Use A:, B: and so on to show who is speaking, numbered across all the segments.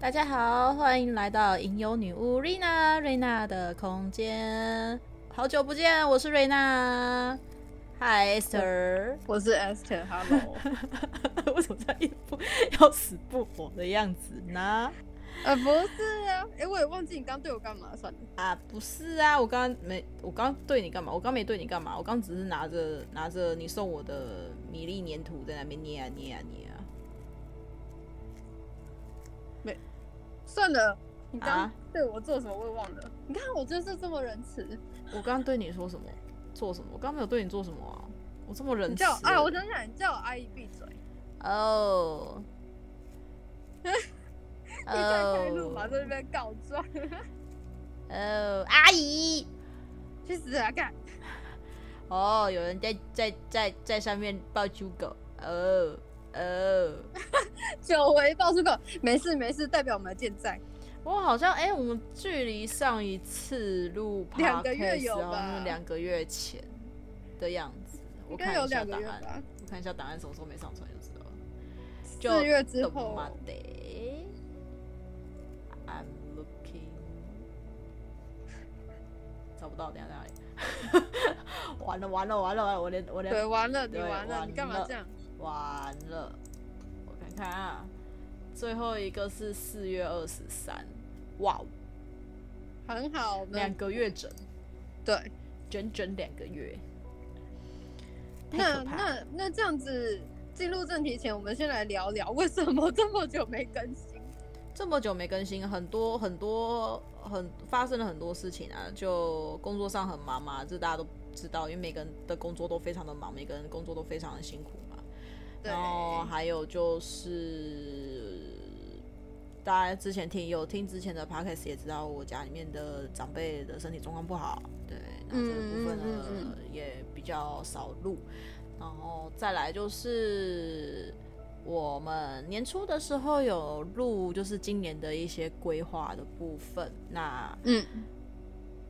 A: 大家好，欢迎来到吟游女巫瑞娜瑞娜的空间。好久不见，我是瑞娜。Hi Esther，
B: 我是 Esther，Hello。
A: 哦为什么在一副要死不活的样子呢？
B: 呃，不是啊，哎、我也忘记你刚对我干嘛，算了。
A: 啊，不是啊，我刚刚没，我刚刚对你干嘛？我刚没对你干嘛？我刚只是拿着拿着你送我的米粒粘土在那边捏啊捏啊捏啊。
B: 算了，你刚
A: 啊
B: 对我做什么我也忘了。你看我就是这么仁慈，
A: 我刚刚对你说什么？做什么？我刚没有对你做什么啊！哎我这么仁
B: 你
A: 慈
B: 叫我啊，我想想，你叫我阿姨闭嘴，
A: 哦，
B: 你再开路马上就被告状，
A: 哦，阿姨，
B: 去死啊！干，
A: 哦，有人在在在在上面抱猪狗，哦哦，
B: 久违爆出口，没事没事，代表我们健在。
A: 我好像哎、我们距离上一次录 p
B: 两个月有吧
A: 两个月前的样子，我
B: 应
A: 看
B: 该有
A: 一下
B: 两
A: 档
B: 个月
A: 案，
B: 吧，
A: 我看一下档案什么时候没上传就知道了。就
B: 四月之后，
A: Tomate I'm looking，找不到，等一下在哪里？ 完了完了完了完了，我连我连
B: 对，完了，你
A: 对
B: 完了，
A: 完
B: 你干嘛
A: 了
B: 这样？
A: 完了，我看看啊，最后一个是四月二十三，哇，
B: 很好，我
A: 两
B: 们
A: 个月整，
B: 对。
A: 整整两个月，太
B: 那
A: 可怕了。
B: 那那这样子，进入正题前，我们先来聊聊为什么这么久没更新。
A: 这么久没更新，很多很多很发生了很多事情啊，就工作上很忙嘛，这大家都知道，因为每个人的工作都非常的忙，每个人工作都非常的辛苦嘛。
B: 对，
A: 然后还有就是，大家之前听有听之前的 podcast 也知道，我家里面的长辈的身体状况不好，对，那这个部分呢、
B: 嗯嗯嗯
A: 也比较少录。然后再来就是我们年初的时候有录，就是今年的一些规划的部分。那
B: 嗯，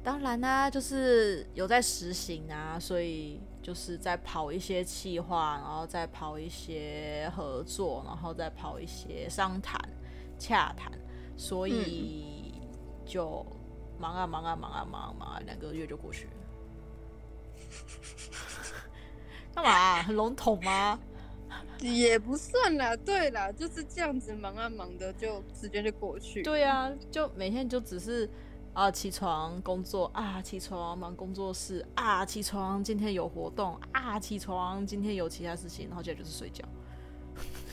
A: 当然啦、就是有在实行啊，所以就是在跑一些企划，然后再跑一些合作，然后再跑一些商谈、洽谈，所以就忙啊忙啊忙啊忙啊忙啊，两个月就过去了。干嘛啊、很笼统吗？
B: 也不算啦，对啦，就是这样子忙啊忙的，就时间就过去。，
A: 对啊，就每天就只是啊起床工作啊起床忙工作室啊起床今天有活动啊起床今天有其他事情，然后接下来就是睡觉，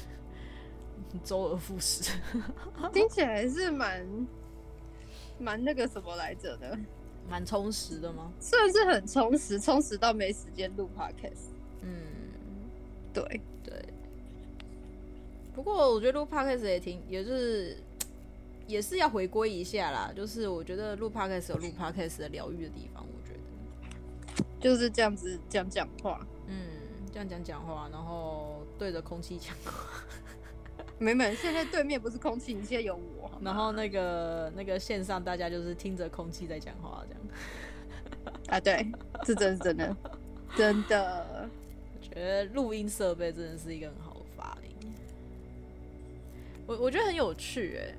A: 周而复始。
B: 听起来是蛮蛮那个什么来着的，
A: 蛮充实的吗？
B: 虽然是很充实，充实到没时间录 podcast。
A: 嗯，
B: 对，
A: 对。不过我觉得录 podcast 也挺，也是也是要回归一下啦。就是我觉得录 podcast 有录 podcast 的疗愈的地方，我觉得。
B: 就是这样子讲讲话，
A: 嗯，这样讲讲话，然后对着空气讲话，
B: 美美现在对面不是空气，你现在有我，好吗
A: 然后那个那个线上大家就是听着空气在讲话，这样
B: 啊，对，这真是真的， 真的。
A: 我觉得录音设备真的是一个很好的发明。我我觉得很有趣哎、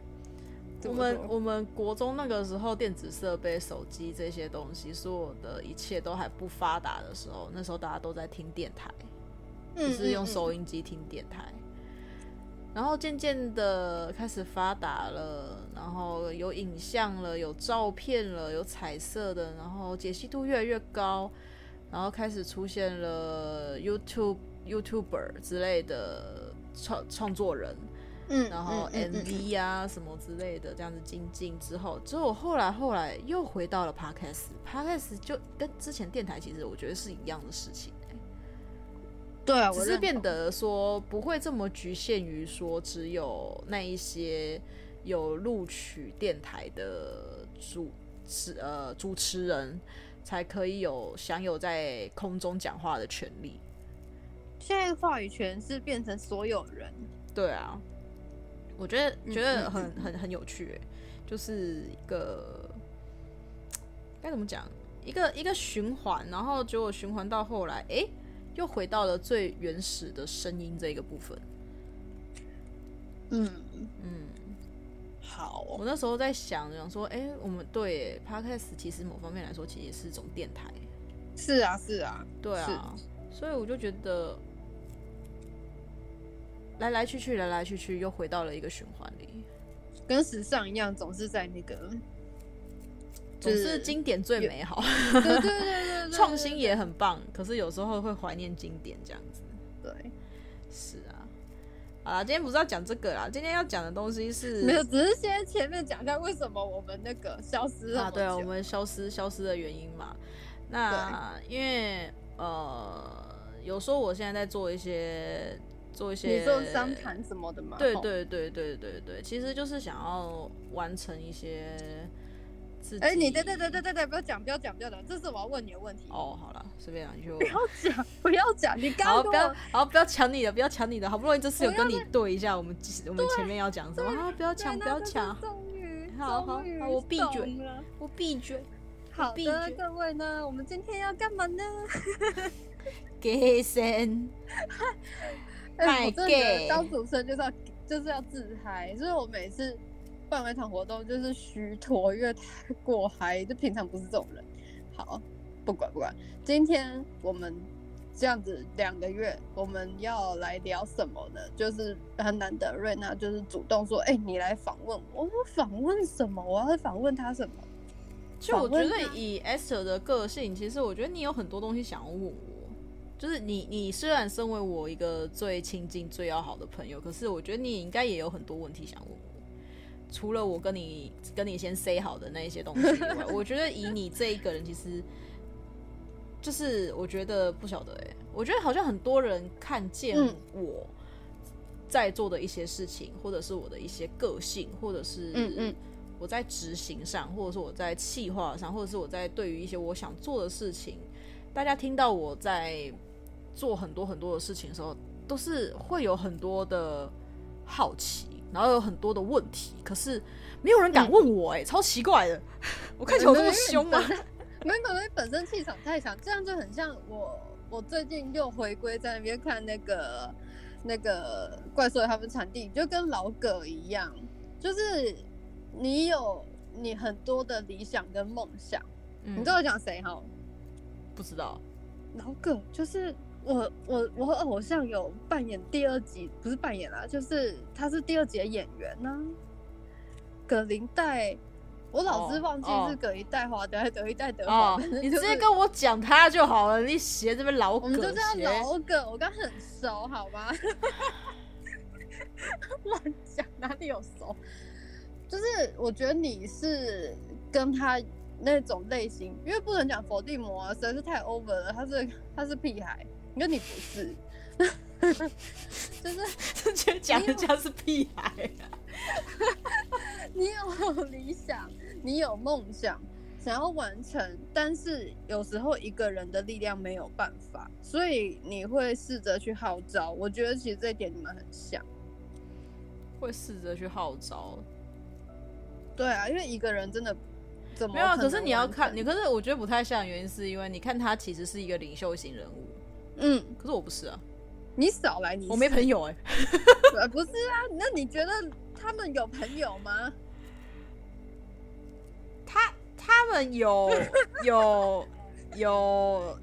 B: 怎
A: 我
B: 么
A: 们
B: 说
A: 我们国中那个时候，电子设备、手机这些东西，所有的一切都还不发达的时候，那时候大家都在听电台，
B: 嗯
A: 就是用
B: 嗯嗯
A: 收音机听电台。然后渐渐的开始发达了，然后有影像了，有照片了，有彩色的，然后解析度越来越高，然后开始出现了 YouTube、YouTuber 之类的创创作人，
B: 嗯，
A: 然后
B: 嗯嗯嗯
A: MV 啊什么之类的，这样子精进之后，之后我后来后来又回到了 Podcast，Podcast 就跟之前电台其实我觉得是一样的事情、欸
B: 对啊，我
A: 只是
B: 认
A: 变
B: 同
A: 得说不会这么局限于说只有那一些有录取电台的主持呃主持人才可以有享有在空中讲话的权利。
B: 现在话语权是变成所有人，
A: 对啊，我觉得
B: 嗯
A: 觉得
B: 嗯
A: 很很很有趣、欸，就是一个该怎么讲，一个一个循环，然后结果循环到后来，诶，又回到了最原始的声音这个部分。
B: 嗯，
A: 嗯，
B: 好哦。
A: 我那时候在想，想说，哎、我们对 podcast 其实某方面来说，其实也是一种电台，
B: 是啊，是啊，
A: 对啊，所以我就觉得来来去去，来来去去，又回到了一个循环里，
B: 跟时尚一样，总是在那个，
A: 总
B: 就是
A: 经典最
B: 有
A: 美好，
B: 对对对对对，
A: 创新也很棒，可是有时候会怀念经典这样子。
B: 对，
A: 是啊，好啦，今天不是要讲这个啦，今天要讲的东西是
B: 没有，只是先前面讲一下为什么我们那个消失了
A: 啊，对啊，我们消失消失的原因嘛。那因为呃，有时候我现在在做一些做一些
B: 你做商哦谈什么的嘛，
A: 对
B: 吼，
A: 对对对对对，其实就是想要完成一些自己。
B: 哎，你对对对对对对，不要讲不要讲不要讲，这是我要问你的问题，
A: 哦，好了，随便啊，你就
B: 不要讲不要讲，你刚
A: 好，
B: 刚
A: 不
B: 跟
A: 要
B: 我，
A: 好，不要抢你的，不要抢你的，好不容易这次有
B: 我要
A: 跟你对一下，我们我们前面要讲什么啊？不要抢，
B: 对
A: 不要
B: 那这
A: 抢
B: 是，终于，
A: 好好
B: 终于
A: 好我闭嘴
B: 懂了。
A: 我闭嘴，
B: 好
A: 闭
B: 的，
A: 嘴
B: 各位呢，我们今天要干嘛呢？
A: 给声。
B: 哎，我真的觉
A: gay
B: 得当主持人就是要就是要自嗨，就是我每次办完一场活动就是虚脱，因为太过嗨，就平常不是这种人。好，不管不管，今天我们这样子两个月，我们要来聊什么呢？就是很难得瑞娜就是主动说，哎、你来访问我，我说访问什么？我要访问他什么？
A: 其实我
B: 访
A: 觉
B: 问
A: 得
B: 他
A: 以 Esther 的个性，其实我觉得你有很多东西想要问我。就是你，你虽然身为我一个最亲近、最要好的朋友，可是我觉得你应该也有很多问题想问我。除了我跟你跟你先 say 好的那一些东西以外，我觉得以你这一个人，其实就是我觉得不晓得哎、我觉得好像很多人看见
B: 嗯
A: 我在做的一些事情，或者是我的一些个性，或者是
B: 嗯嗯
A: 我在执行上，或者是我在企划上，或者是我在对于一些我想做的事情，大家听到我在做很多很多的事情的时候，都是会有很多的好奇，然后有很多的问题，可是没有人
B: 嗯
A: 敢问我、哎、超奇怪的。 我看起来我这么凶啊吗？
B: 没有，因为本身气场太强，这样就很像我。我最近又回归在那边看那个那个怪兽他们产地，就跟老葛一样，就是你有你很多的理想跟梦想。
A: 嗯
B: 你知道我讲谁哈？
A: 不知道？
B: 老葛就是我我我偶像有扮演第二集，不是扮演啦，就是他是第二集的演员呢、葛林黛，我老是
A: 哦
B: 忘记
A: 哦
B: 是葛林黛华德还是葛林黛德华
A: 哦
B: 德，反，正
A: 你
B: 就
A: 直接
B: 是
A: 跟我讲他就好了，你写这边老
B: 我
A: 梗
B: 们就这样
A: 写。
B: 老梗，我刚很熟，好吗？ 乱讲，哪里有熟？就是我觉得你是跟他那种类型，因为不能讲伏地魔、啊，实在是太 over 了。他是他是屁孩，因为你不是， 就是
A: 直接讲人家是屁孩，啊
B: 你有理想，你有梦想，想要完成，但是有时候一个人的力量没有办法，所以你会试着去号召。我觉得其实这一点你们很像。
A: 会试着去号召。
B: 对啊，因为一个人真的怎么
A: 没有啊，
B: 能
A: 可是你要
B: 完成
A: 看你，可是我觉得不太像，原因是因为你看他其实是一个领袖型人物，
B: 嗯，
A: 可是我不是啊，
B: 你少来，你
A: 我没
B: 友
A: 朋友 哎、，
B: 呃不是啊？那你觉得他们有朋友吗？
A: 他他们 有有有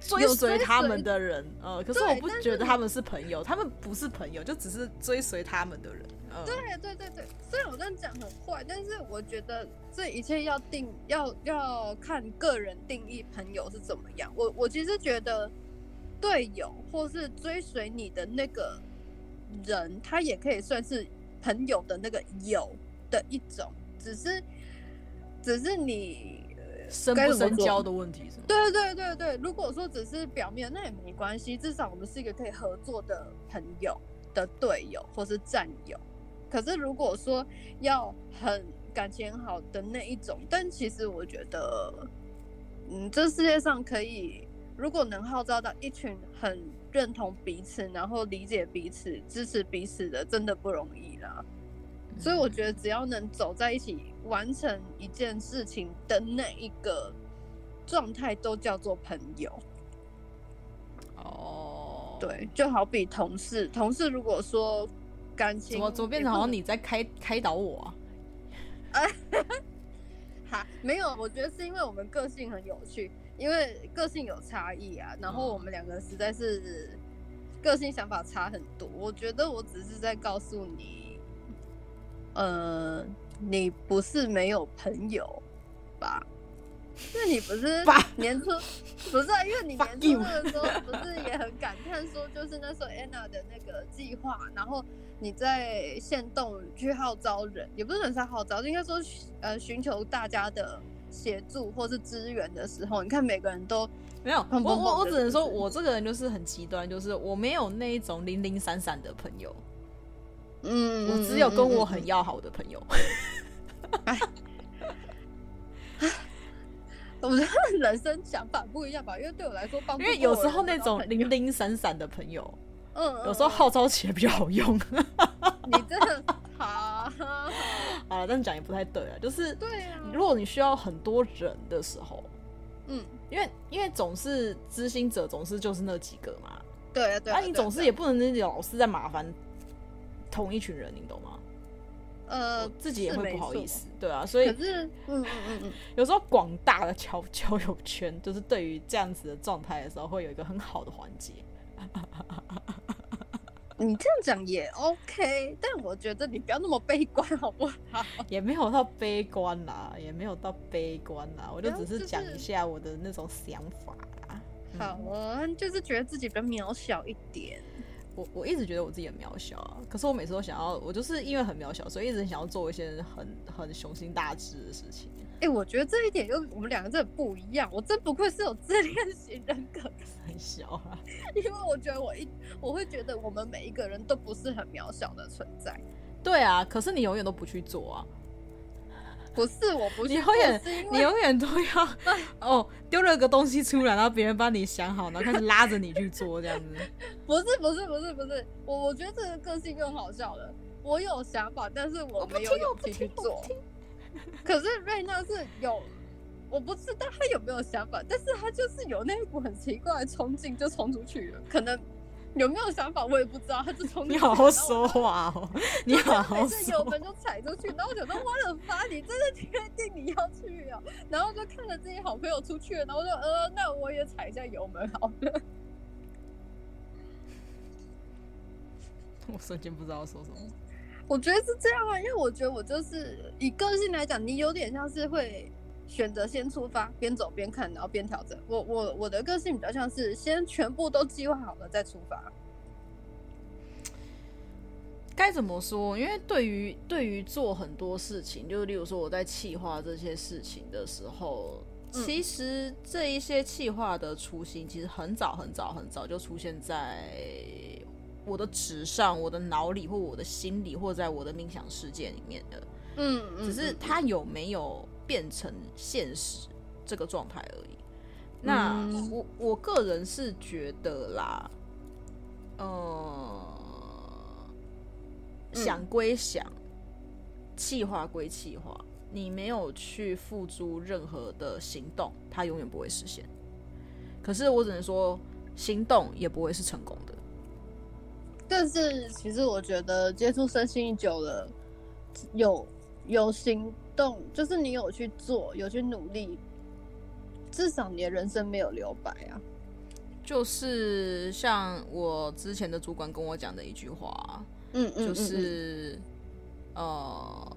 A: 追
B: 有
A: 随
B: 追
A: 他们
B: 随
A: 的人，呃，可是
B: 对
A: 我不
B: 但是
A: 觉得
B: 你
A: 他们是朋友，他们不是朋友，就只是追随他们的人，呃，
B: 对对对对，虽然我这样讲很坏，但是我觉得这一切要定要要看个人定义朋友是怎么样。我我其实觉得队友或是追随你的那个人，他也可以算是朋友的那个友的一种，只是只是你。呃
A: 深
B: 该
A: 不
B: 怎么
A: 深
B: 做
A: 交的问题是吗？
B: 对对对对，如果说只是表面，那也没关系，至少我们是一个可以合作的朋友、的队友或是战友。可是如果说要很感情很好的那一种，但其实我觉得，嗯，这世界上可以，如果能号召到一群很认同彼此，然后理解彼此、支持彼此的，真的不容易啦。所以我觉得只要能走在一起完成一件事情的那一个状态，都叫做朋友。
A: 得哦，，
B: 对，就好比同事，同事如果说感情
A: 怎么怎么变成好像你在开开导我啊？
B: 哈，没有，我觉得是因为我们个性很有趣，因为个性有差异啊。然后我们两个实在是个性想法差很多。我觉得我只是在告诉你，呃，你不是没有朋友吧？那你不是
A: 吧
B: 年初不是、啊、因为你
A: Fuck
B: 年初那个时候不是也很感叹说，就是那时候 Anna 的那个计划，然后你在线动去号召人，也不是人在号召，应该说呃寻求大家的协助或是支援的时候，你看每个人都
A: 没有，我
B: 碰碰
A: 我
B: 碰
A: 我
B: 的
A: 只能说，
B: 就是
A: 我这个人就是很极端，就是我没有那一种零零散散的朋友，
B: 嗯，
A: 我只有跟我
B: 嗯嗯
A: 很要好的朋友。
B: 嗯我觉得人生想法不一样吧，因为对我来说帮 助
A: 因
B: 过我
A: 为
B: 的人
A: 有时候那
B: 都
A: 种
B: 很
A: 零零散散的朋友，
B: 嗯，嗯
A: 有时候号召起来比较好用。
B: 嗯你真的好，
A: 好了，但讲也不太对啊，就是
B: 对啊，
A: 如果你需要很多人的时候，
B: 嗯，
A: 因为因为总是知心者总是就是那几个嘛，
B: 对啊对
A: 那、
B: 啊，
A: 你
B: 对啊
A: 总是
B: 对啊
A: 也不能那种老是在麻烦同一群人，你懂吗？
B: 呃
A: 我自己也
B: 是
A: 会
B: 没
A: 不好
B: 错
A: 意思，对啊，所以
B: 可是，嗯嗯嗯嗯，
A: 有时候广大的交 交友圈，就是对于这样子的状态的时候，会有一个很好的缓解。
B: 嗯你这样讲也 OK，但我觉得你不要那么悲观，好不好？
A: 也没有到悲观啦，也没有到悲观啦，我就
B: 然后
A: 只是
B: 就是
A: 讲一下我的那种想法啦。嗯
B: 好啊，就是觉得自己比较渺小一点。
A: 我我一直觉得我自己很渺小啊，可是我每次都想要，我就是因为很渺小，所以一直想要做一些很很雄心大志的事情。
B: 哎、我觉得这一点又我们两个真的不一样，我真不愧是有自恋型人格的，
A: 很小啊，
B: 因为我觉得我一 我会觉得我们每一个人都不是很渺小的存在，
A: 对啊，可是你永远都不去做啊，
B: 不是我不
A: 你
B: 是
A: 永远
B: 是因
A: 你
B: 为
A: 永远都 要哦丢了个东西出来，然后别人帮你想好，然后开始拉着你去做这样 子。
B: 不是不是不是不是我，我觉得这个个性更好笑了。我有想法，但是我
A: 我不听
B: 没有，
A: 我
B: 勇
A: 不
B: 气去
A: 听，我
B: 做
A: 不。听。
B: 可是瑞娜是有，我不知道她有没有想法，但是她就是有那一股很奇怪的冲劲，就冲出去了。可能有没有想法我也不知道，她就冲出去。
A: 你好好
B: 然后
A: 说话哦，你好好
B: 每次油
A: 说话
B: 门就踩出去，然后我想说，我的妈，你真的确定你要去啊？然后就看着自己好朋友出去了，然后就呃，那我也踩一下油门好了。
A: 我瞬间不知道说什么。
B: 我觉得是这样啊，因为我觉得我就是以个性来讲，你有点像是会选择先出发，边走边看，然后边调整。我我我的个性比较像是先全部都计划好了再出发。
A: 该怎么说？因为对于对于做很多事情，就是例如说我在企划这些事情的时候，
B: 嗯
A: 其实这一些企划的雏形，其实很早很早很早就出现在我的纸上、我的脑里或我的心里，或在我的冥想世界里面的。
B: 嗯，嗯
A: 只是
B: 嗯
A: 它有没有变成现实这个状态而已。那、
B: 嗯
A: 我我个人是觉得啦，呃，
B: 嗯
A: 想归想，气划归气划，你没有去付诸任何的行动，它永远不会实现。可是我只能说，行动也不会是成功的。
B: 但是其实我觉得接触身心久了，有有行动，就是你有去做，有去努力，至少你的人生没有留白啊。
A: 就是像我之前的主管跟我讲的一句话啊、
B: 嗯嗯，
A: 就
B: 嗯
A: 是、呃，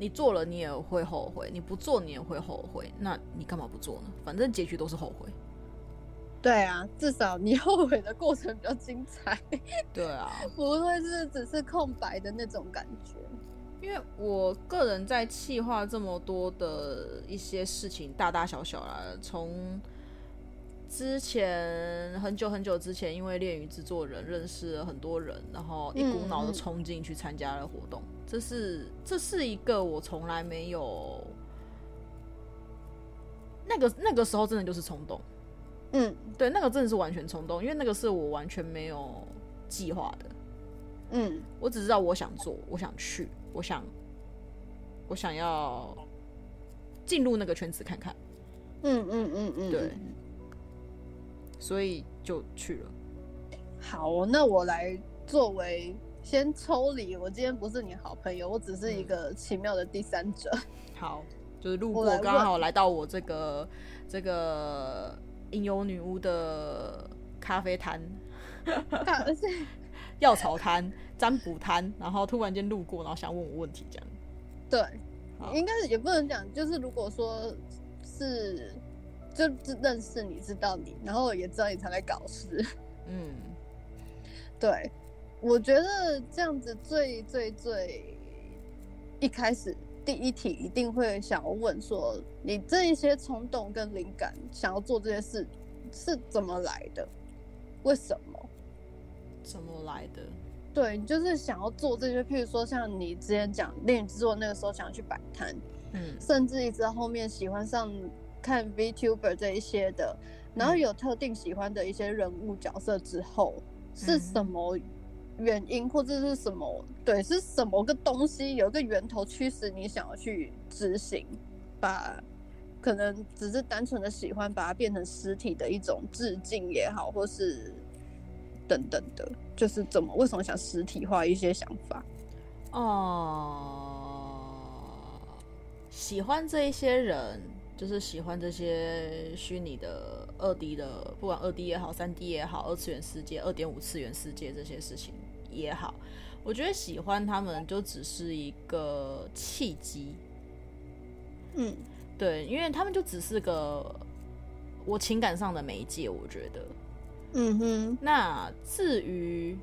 A: 你做了你也会后悔，你不做你也会后悔，那你干嘛不做呢？反正结局都是后悔。
B: 嗯对啊，至少你后悔的过程比较精彩，
A: 对啊，
B: 不会是只是空白的那种感觉。
A: 因为我个人在企划这么多的一些事情，大大小小啦，从之前很久很久之前，因为恋与制作人认识了很多人，然后一股脑的
B: 嗯嗯
A: 冲进去参加了活动，这是这是一个我从来没有。那个那个时候真的就是冲动，
B: 嗯
A: 对，那个真的是完全冲动，因为那个是我完全没有计划的，
B: 嗯
A: 我只知道我想做，我想去，我想，我想要进入那个圈子看看，
B: 嗯嗯嗯嗯，
A: 对所以就去了。
B: 好，那我来作为先抽离，我今天不是你好朋友，我只是
A: 嗯
B: 一个奇妙的第三 者。
A: 好，就是路
B: 我
A: 过
B: 来问
A: 刚好来到我这个这个应有女巫的咖啡摊、
B: 但而且
A: 药草摊、占卜摊，然后突然间路过，然后想问我问题这样。
B: 对
A: 好，
B: 应该是也不能讲，就是如果说是就就认识你，知道你，然后也知道你常在搞事。
A: 嗯，
B: 对，我觉得这样子最最最一开始第一题一定会想要问说，你这一些冲动跟灵感想要做这些事是怎么来的？为什么？
A: 怎么来的？
B: 对，你就是想要做这些，譬如说像你之前讲恋与制作那个时候想要去摆摊，
A: 嗯
B: 甚至一直到后面喜欢上看 VTuber 这一些的，然后
A: 嗯
B: 有特定喜欢的一些人物角色之后，是
A: 嗯
B: 什么原因，或者是什么对，是什么个东西有一个源头驱使你想要去执行，把可能只是单纯的喜欢，把它变成实体的一种致敬也好，或是等等的，就是怎么为什么想实体化一些想法。
A: 哦，喜欢这一些人，就是喜欢这些虚拟的呃二 D 的，不管二 D 也好，三 D 也好，二次元世界、二点五次元世界这些事情也好，我觉得喜欢他们就只是一个契机，
B: 嗯，
A: 对，因为他们就只是个我情感上的媒介，我觉得。
B: 嗯哼，
A: 那至于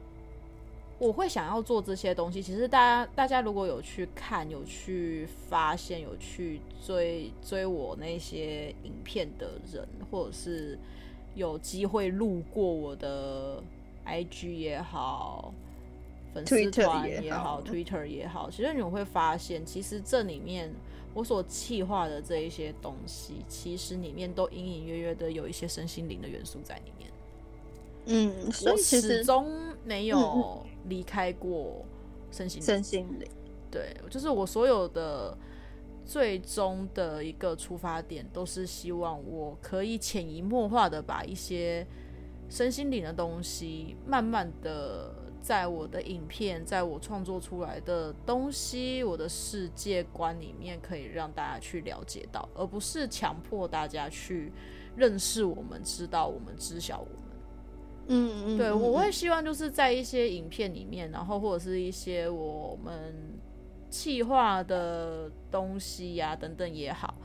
A: 我会想要做这些东西，其实大家大家如果有去看、有去发现、有去追追我那些影片的人，或者是有机会路过我的 IG 也好。粉丝
B: Twitter
A: 团
B: 也
A: 也好
B: 好
A: ，Twitter 也好，其实你们会发现，其实这里面我所企划的这一些东西，其实里面都隐隐约约的有一些身心灵的元素在里面。
B: 嗯，所
A: 我
B: 以其实嗯
A: 始终没有离开过身心灵。
B: 身心灵。
A: 对，就是我所有的最终的一个出发点，都是希望我可以潜移默化的把一些身心灵的东西，慢慢的在我的影片，在我创作出来的东西，我的世界观里面，可以让大家去了解到，而不是强迫大家去认识我们、知道我们、知晓我们。
B: 嗯嗯，
A: 对，
B: 嗯
A: 我会
B: 嗯
A: 希望就是在一些影片里面，然后或者是一些我们企划的东西呀、等等也好，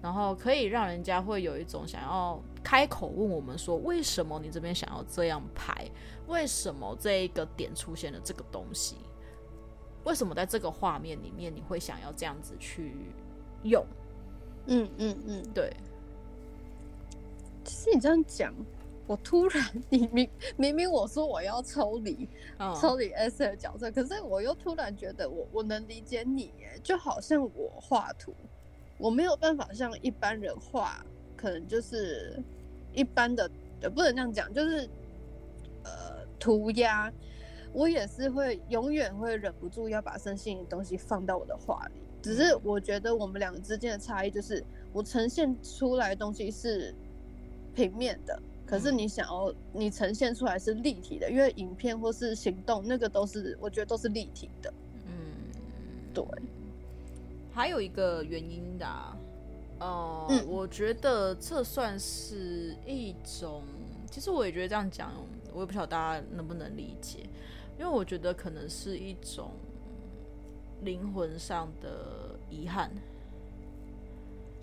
A: 然后可以让人家会有一种想要开口问我们说，为什么你这边想要这样拍？为什么这一个点出现了这个东西？为什么在这个画面里面你会想要这样子去用？
B: 嗯嗯嗯。
A: 对，
B: 其实你这样讲，我突然你明明明我说我要抽离、
A: 嗯，
B: 抽离 S 的角色，可是我又突然觉得我我能理解你耶，就好像我画图，我没有办法像一般人画，可能就是一般的，呃，不能这样讲，就是呃涂鸦。我也是会永远会忍不住要把身心的东西放到我的画里，只是我觉得我们两个之间的差异就是，我呈现出来的东西是平面的，可是
A: 嗯
B: 你想要你呈现出来是立体的，因为影片或是行动那个都是我觉得都是立体的。
A: 嗯，
B: 对。
A: 还有一个原因的、啊，呃，
B: 嗯
A: 我觉得这算是一种，其实我也觉得这样讲，我也不晓得大家能不能理解，因为我觉得可能是一种灵魂上的遗憾。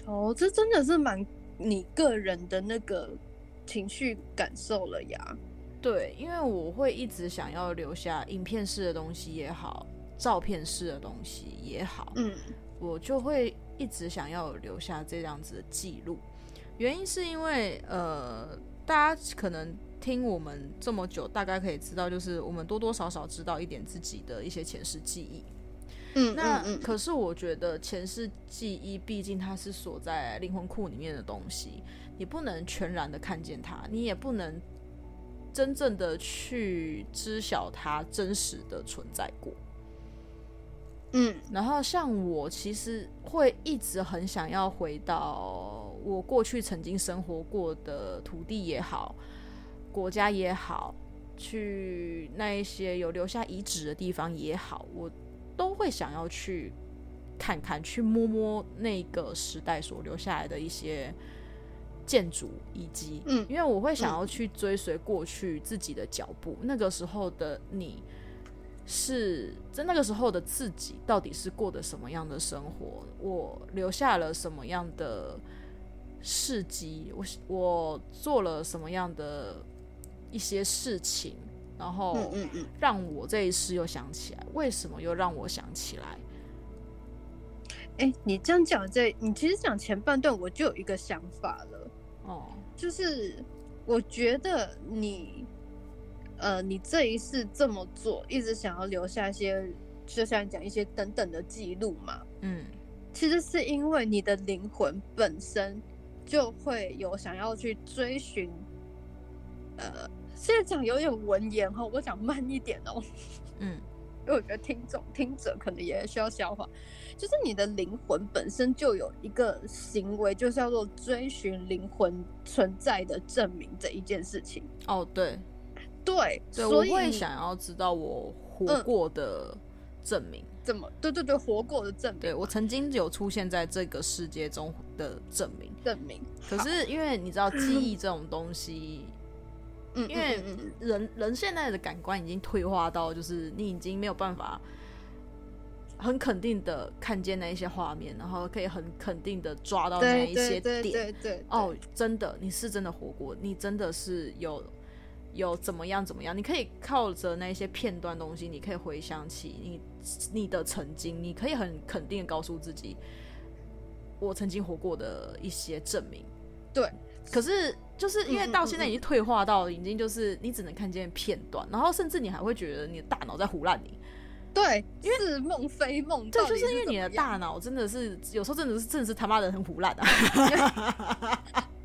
B: 哦，这真的是蛮你个人的那个情绪感受了呀。
A: 对，因为我会一直想要留下影片式的东西也好，照片式的东西也好，
B: 嗯
A: 我就会一直想要留下这样子的记录。原因是因为呃，大家可能听我们这么久，大概可以知道，就是我们多多少少知道一点自己的一些前世记忆。
B: 嗯
A: 那、
B: 嗯
A: 可是我觉得前世记忆，毕竟它是锁在灵魂库里面的东西，你不能全然的看见它，你也不能真正的去知晓它真实的存在过。
B: 嗯
A: 然后像我其实会一直很想要回到我过去曾经生活过的土地也好，国家也好，去那一些有留下遗址的地方也好，我都会想要去看看，去摸摸那个时代所留下来的一些建筑遗迹。
B: 嗯
A: 因为我会想要去追随过去自己的脚步，那个时候的你。是在那个时候的自己到底是过的什么样的生活？我留下了什么样的事迹？我我做了什么样的一些事情？然后
B: 嗯嗯嗯，
A: 让我这一世又想起来，为什么又让我想起来？
B: 哎、你这样讲这，你其实讲前半段我就有一个想法了，
A: 哦，
B: 就是我觉得你，呃，你这一世这么做，一直想要留下一些，就像你讲一些等等的记录嘛，
A: 嗯
B: 其实是因为你的灵魂本身就会有想要去追寻，呃，现在讲有点文言哦，我讲慢一点哦，
A: 嗯
B: 因为我觉得听众听者可能也需要消化，就是你的灵魂本身就有一个行为，就是叫做追寻灵魂存在的证明这一件事情。
A: 哦，对
B: 对，
A: 对，我
B: 所以
A: 会
B: 你
A: 想要知道我活过的证明，
B: 怎么对对对，活过的证明，
A: 对我曾经有出现在这个世界中的证明。
B: 证明。
A: 可是因为你知道记忆这种东西，
B: 嗯，
A: 因为
B: 嗯嗯嗯
A: 人人现在的感官已经退化到，就是你已经没有办法很肯定的看见那一些画面，然后可以很肯定的抓到那
B: 对
A: 一些点。
B: 对对对对，
A: 哦，真的，你是真的活过，你真的是有有怎么样怎么样，你可以靠着那一些片段东西，你可以回想起你你的曾经，你可以很肯定的告诉自己，我曾经活过的一些证明。
B: 对，
A: 可是就是因为
B: 嗯嗯
A: 到
B: 嗯
A: 现在
B: 嗯
A: 已经退化到已经就是你只能看见片段，然后甚至你还会觉得你的大脑在胡乱你。
B: 对，似梦非梦，
A: 对，
B: 到
A: 就
B: 底
A: 是因为
B: 怎
A: 你
B: 么
A: 的
B: 样
A: 大脑真的是有时候真的是真的是他妈的很胡乱啊。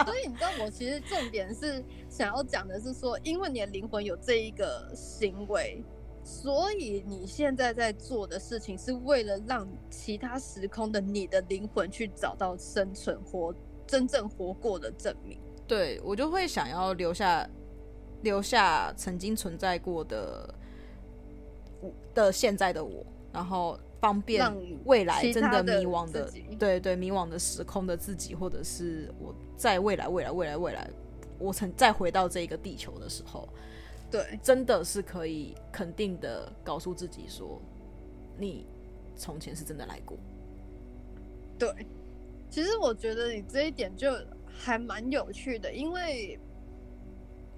B: 所以你知道，我其实重点是想要讲的是说，因为你的灵魂有这一个行为，所以你现在在做的事情是为了让其他时空的你的灵魂去找到生存活真正活过的证明。
A: 对我就会想要留下留下曾经存在过的的现在的我，然后方便
B: 让
A: 未来
B: 其
A: 真
B: 他的
A: 迷惘的
B: 自己
A: 对对迷惘的时空的自己，或者是我在未来未来未来未来，我曾再回到这个地球的时候，
B: 对，
A: 真的是可以肯定的告诉自己说，你从前是真的来过。
B: 对，其实我觉得你这一点就还蛮有趣的，因为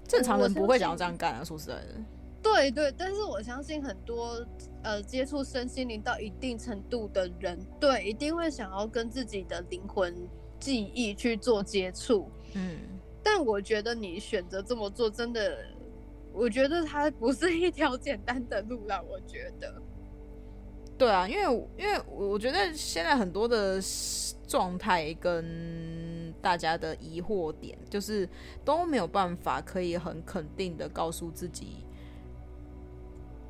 A: 正常
B: 嗯我
A: 人
B: 相
A: 不会想要
B: 信
A: 这样干啊，说实在的。
B: 对对，但是我相信很多呃接触身心灵到一定程度的人，对，一定会想要跟自己的灵魂记忆去做接触。
A: 嗯，
B: 但我觉得你选择这么做，真的，我觉得它不是一条简单的路啦。我觉得，
A: 对啊，因为我因为我觉得现在很多的状态跟大家的疑惑点，就是都没有办法可以很肯定的告诉自己，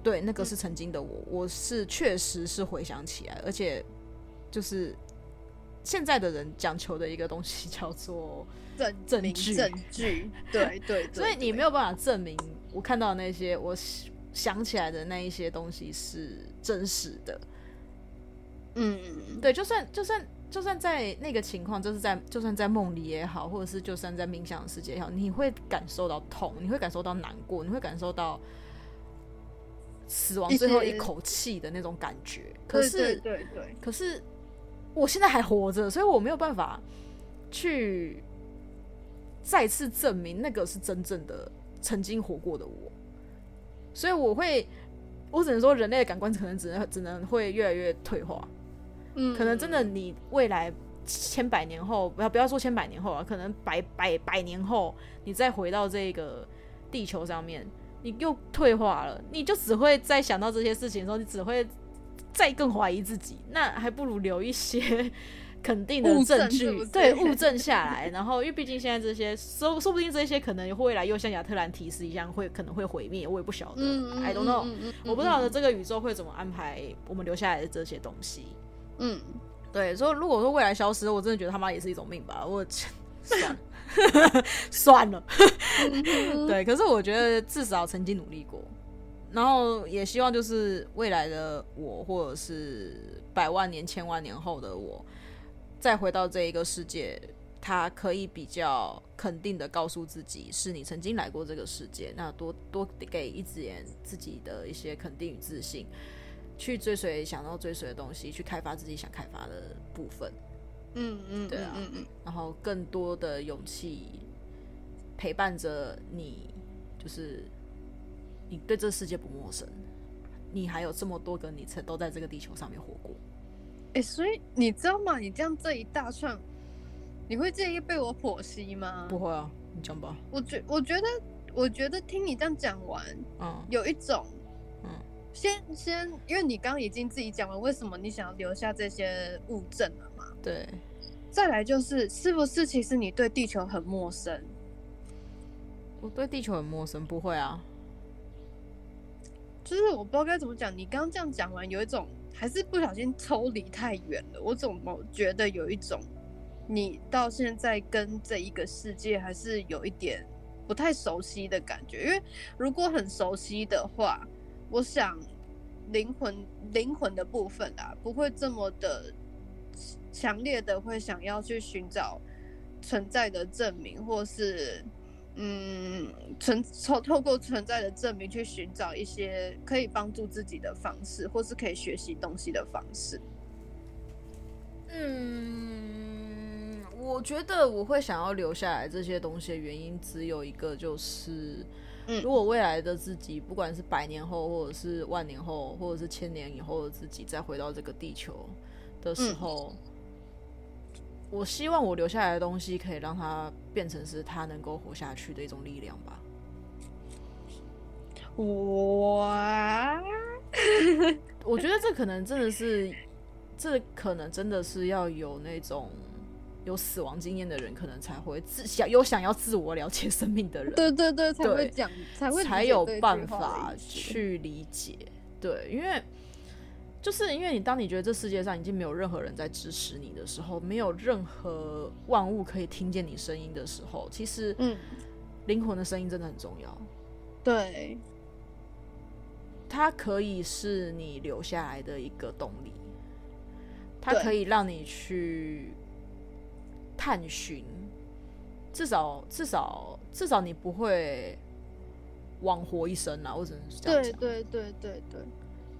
A: 对，那个
B: 嗯
A: 是曾经的我，我是确实是回想起来，而且就是现在的人讲求的一个东西 叫做，
B: 证
A: 证
B: 明
A: 据
B: 证据，对对 对，
A: 所以你没
B: 有
A: 有办法证明我看到的那些我想起来的那一些东西是真实的，
B: 嗯，
A: 对，就算就算就算在那个情况，就是在就算在梦里也好，或者是就算在冥想的世界也好，你会感受到痛，你会感受到难过，你会感受到死亡
B: 一
A: 最后
B: 些
A: 一口气的那种感觉。可
B: 对
A: 是
B: 对对对，
A: 可是我现在还活着，所以我没有办法去再次证明那个是真正的曾经活过的我，所以我会，我只能说人类的感官可能只能只能会越来越退化。
B: 嗯，
A: 可能真的你未来千百年后，不要不要说千百年后啊，可能百百百年后，你再回到这个地球上面，你又退化了，你就只会在想到这些事情的时候，你只会再更怀疑自己，那还不如留一些。肯定的
B: 物证
A: 证据，
B: 是不是
A: 对物证下来，然后因为毕竟现在这些说说不定这些可能未来又像亚特兰提斯一样会可能会毁灭，我也不晓得、
B: 嗯，嗯
A: i don't know，、
B: 嗯嗯嗯
A: 我不知道
B: 嗯
A: 的这个宇宙会怎么安排我们留下来的这些东西。
B: 嗯，
A: 对，所以如果说未来消失，我真的觉得他妈也是一种命吧。我 算了， 算了。
B: 嗯
A: 对，可是我觉得至少曾经努力过，然后也希望就是未来的我，或者是百万年、千万年后的我，再回到这一个世界，他可以比较肯定的告诉自己，是你曾经来过这个世界，那多多给一只眼自己的一些肯定与自信，去追随想要追随的东西，去开发自己想开发的部分。
B: 嗯嗯，
A: 对啊
B: 嗯嗯
A: 然后更多的勇气陪伴着你，就是你对这世界不陌生，你还有这么多个你曾都在这个地球上面活过。
B: 哎、欸所以你知道吗？你这样这一大串，你会介意被我剖析吗？
A: 不会啊，你讲吧。
B: 我觉我觉得，我觉得听你这样讲完，
A: 嗯
B: 有一种，
A: 嗯，
B: 先先，因为你刚刚已经自己讲了为什么你想要留下这些物证了嘛，
A: 对，
B: 再来就是是不是其实你对地球很陌生？
A: 我对地球很陌生，不会啊。
B: 就是我不知道该怎么讲，你刚刚这样讲完，有一种还是不小心抽离太远了。我怎么觉得有一种，你到现在跟这一个世界还是有一点不太熟悉的感觉。因为如果很熟悉的话，我想灵魂灵魂的部分啊，不会这么的强烈的会想要去寻找存在的证明，或是嗯，存透透过存在的证明去寻找一些可以帮助自己的方式，或是可以学习东西的方式。
A: 嗯，我觉得我会想要留下来这些东西的原因只有一个，就是
B: 嗯
A: 如果未来的自己，不管是百年后，或者是万年后，或者是千年以后的自己，再回到这个地球的时候，我希望我留下来的东西可以让它变成是他能够活下去的一种力量吧。
B: 哇，
A: 我觉得这可能真的是，这可能真的是要有那种有死亡经验的人，可能才会自想有想要自我了解生命的人，
B: 对对对，才
A: 对
B: 会讲，才会理
A: 才
B: 解
A: 有
B: 这句
A: 办
B: 话的
A: 法
B: 意思。
A: 去理解。对，因为就是因为你当你觉得这世界上已经没有任何人在支持你的时候，没有任何万物可以听见你声音的时候，其实
B: 嗯，
A: 灵魂的声音真的很重要。
B: 对，
A: 它可以是你留下来的一个动力，它
B: 对
A: 可以让你去探寻，至少至少至少你不会枉活一生啊！我只能这样
B: 对
A: 讲。
B: 对对对对。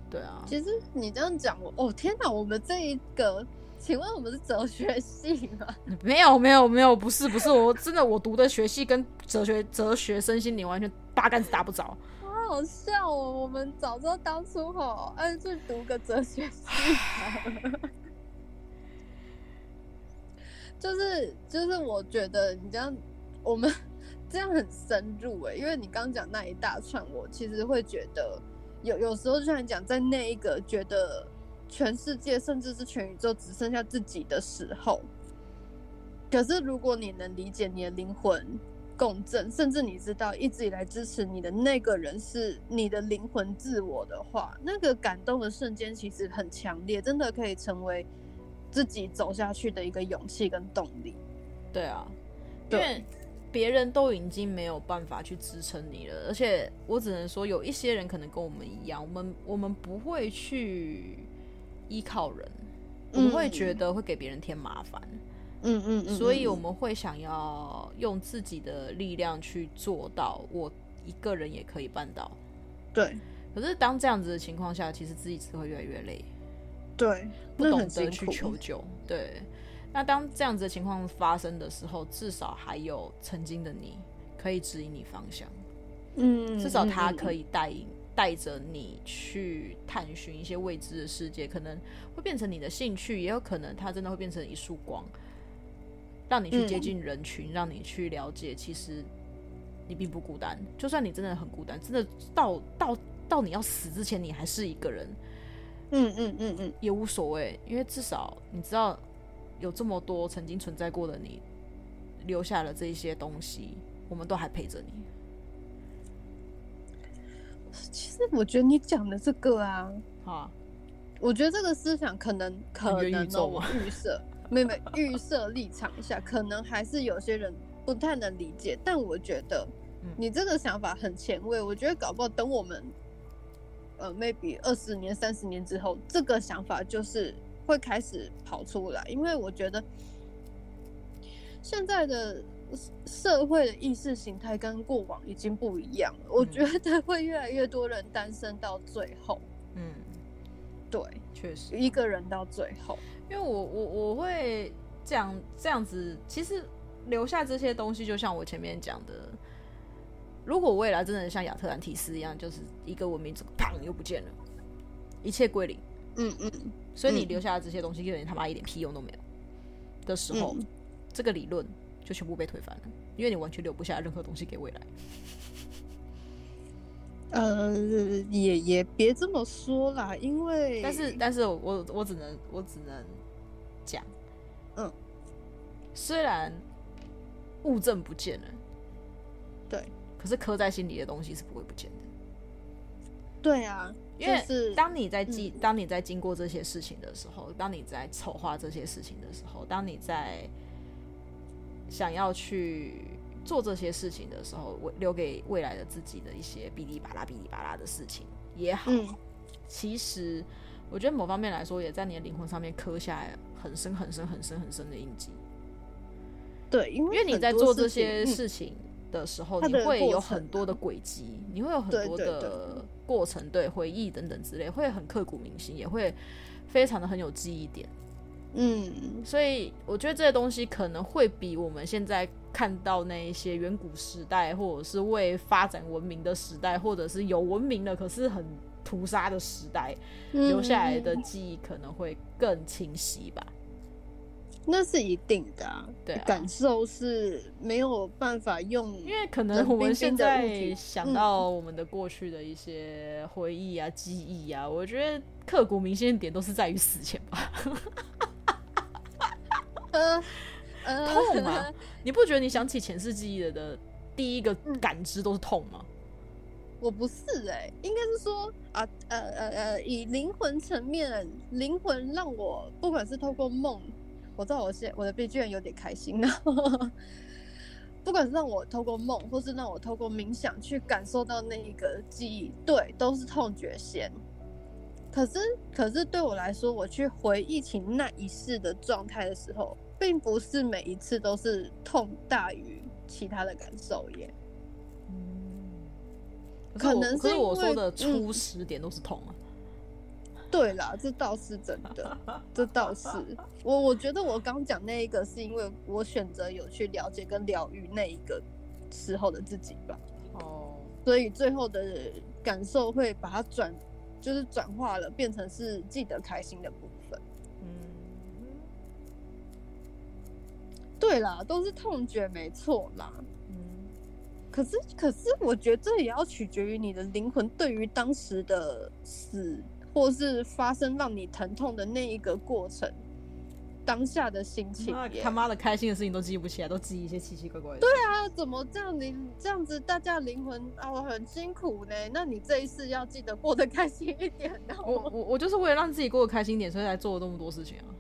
A: 对啊，
B: 其实你这样讲，我哦天哪，我们这一个，请问我们是哲学系吗？
A: 没有没有没有，不是不是，我真的我读的学系跟哲学哲学身心灵完全八竿子打不着。
B: 好好笑哦！我们早知道当初吼，哎，去读个哲学系好了。就是就是，我觉得你这样，我们这样很深入哎、因为你刚讲那一大串，我其实会觉得有有时候，就像讲在那一个觉得全世界甚至是全宇宙只剩下自己的时候，可是如果你能理解你的灵魂共振，甚至你知道一直以来支持你的那个人是你的灵魂自我的话，那个感动的瞬间其实很强烈，真的可以成为自己走下去的一个勇气跟动力。
A: 对啊，因
B: 对
A: 为别人都已经没有办法去支撑你了，而且我只能说，有一些人可能跟我们一样，我们我们不会去依靠人，我们会觉得会给别人添麻烦，
B: 嗯嗯嗯，
A: 所以我们会想要用自己的力量去做到，我一个人也可以办到。
B: 对
A: 可是当这样子的情况下，其实自己只会越来越累。
B: 对，
A: 不
B: 那
A: 懂
B: 很
A: 得
B: 辛
A: 去
B: 苦
A: 求救。对，那当这样子的情况发生的时候，至少还有曾经的你可以指引你方向，
B: 嗯，
A: 至少他
B: 嗯嗯
A: 可以带引带着你去探寻一些未知的世界，可能会变成你的兴趣，也有可能它真的会变成一束光，让你去接
B: 嗯
A: 近人群，让你去了解，其实你并不孤单。就算你真的很孤单，真的到到到你要死之前，你还是一个人。
B: 嗯嗯嗯嗯，
A: 也无所谓，因为至少你知道有这么多曾经存在过的你，留下了这一些东西，我们都还陪着你。
B: 其实我觉得你讲的这个啊，
A: 好啊，
B: 我觉得这个思想可能可
A: 元宇
B: 能
A: 宙
B: 哦，
A: 吗
B: 我预设，没有没有预设立场一下，可能还是有些人不太能理解，但我觉得
A: 嗯
B: 你这个想法很前卫。我觉得搞不好等我们，呃，maybe 二十年、三十年之后，这个想法就是会开始跑出来，因为我觉得现在的社会的意识形态跟过往已经不一样了。我
A: 嗯
B: 觉得会越来越多人单身到最后，
A: 嗯，
B: 对，
A: 确实，
B: 一个人到最后，
A: 因为我我我会这样这样子，其实留下这些东西，就像我前面讲的，如果未来真的像亚特兰提斯一样，就是一个文明整个砰又不见了，一切归零，
B: 嗯嗯
A: 所以你
B: 嗯
A: 留下的这些东西，有点他妈一点屁用都没有的时候，
B: 嗯
A: 这个理论就全部被推翻了，因为你完全留不下任何东西给未来。
B: 呃，也也别这么说啦，因为
A: 但是，但是我我只能我只能讲，
B: 嗯，
A: 虽然物证不见了，
B: 对
A: 可是刻在心里的东西是不会不见的。
B: 对啊，
A: 因为
B: 就是嗯
A: 当你在记，当你在经过这些事情的时候，当你在筹划这些事情的时候，当你在想要去做这些事情的时候，我留给未来的自己的一些哔哩吧啦、哔哩吧啦的事情也好，
B: 嗯
A: 其实我觉得某方面来说，也在你的灵魂上面刻下来很深、很深、很深、很深的印记。
B: 对，因为
A: 因为你
B: 很
A: 在
B: 多
A: 做
B: 事
A: 这
B: 情
A: 些
B: 嗯
A: 事情的时候，
B: 它
A: 你
B: 的
A: 会
B: 过
A: 有
B: 程
A: 很多的轨迹，你会有很
B: 对
A: 多
B: 对
A: 的过程、对回忆等等之类，会很刻骨铭心，也会非常的很有记忆点。
B: 嗯，
A: 所以我觉得这些东西可能会比我们现在看到那一些远古时代，或者是未发展文明的时代，或者是有文明了可是很屠杀的时代，留下来的
B: 嗯
A: 记忆可能会更清晰吧。
B: 那是一定的、啊，
A: 对啊
B: 感受是没有办法用，
A: 因为可能
B: 冷
A: 我们
B: 冰
A: 现
B: 冰的物
A: 在
B: 体
A: 想
B: 嗯
A: 到我们的过去的一些回忆啊、记忆啊，我觉得刻骨铭心的点都是在于死前吧。
B: 呃呃
A: 痛 啊你不觉得你想起前世记忆的的第一个
B: 嗯
A: 感知都是痛吗？
B: 我不是哎、应该是说啊呃呃呃，以灵魂层面，灵魂让我不管是透过梦，我知道我现我的 BGM 有点开心，然后不管是让我透过梦，或是让我透过冥想去感受到那一个记忆，对，都是痛觉先。可是可是对我来说，我去回忆起那一世的状态的时候，并不是每一次都是痛大于其他的感受耶。
A: 可是我
B: 可能是
A: 可是我
B: 因
A: 说
B: 为
A: 的
B: 嗯
A: 初始点都是痛啊。
B: 对啦，这倒是真的，这倒是。我我觉得我刚讲那一个是因为我选择有去了解跟疗愈那一个时候的自己吧，
A: 哦，
B: 所以最后的感受会把它转，就是转化了，变成是记得开心的部分。
A: 嗯
B: 对啦，都是痛觉没错啦。
A: 嗯，
B: 可是，可是，我觉得这也要取决于你的灵魂对于当时的死，或是发生让你疼痛的那一个过程，当下的心情
A: 那
B: 耶。
A: 他妈的开心的事情都记不起来，都记一些奇奇怪怪的。对啊，
B: 那怎么这样？你这样子，大家灵魂啊，我很辛苦呢。那你这一世要记得过得开心一点
A: 我
B: 哦。
A: 我我就是为了让自己过得开心一点，所以才做了那么多事情啊。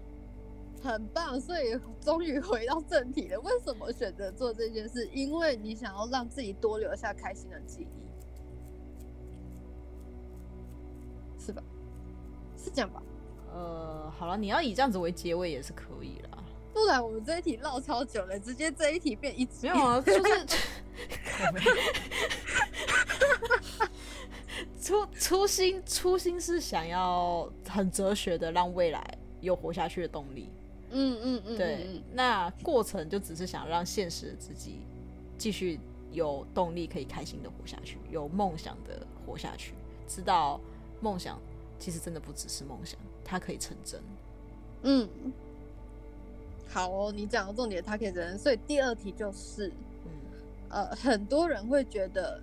B: 很棒，所以终于回到正题了。为什么选择做这件事？因为你想要让自己多留下开心的记忆，是吧？是这样吧？
A: 呃，好了，你要以这样子为结尾也是可以啦。
B: 不然我们这一题唠超久了，直接这一题变一集
A: 没有 啊，就是初初心初心是想要很哲学的让未来有活下去的动力，
B: 嗯嗯嗯，
A: 对，
B: 嗯
A: 那过程就只是想让现实的自己继续有动力，可以开心的活下去，有梦想的活下去，知道梦想其实真的不只是梦想，它可以成真。
B: 嗯。嗯好哦，你讲的重点，他可以承认。所以第二题就是，
A: 嗯
B: 呃，很多人会觉得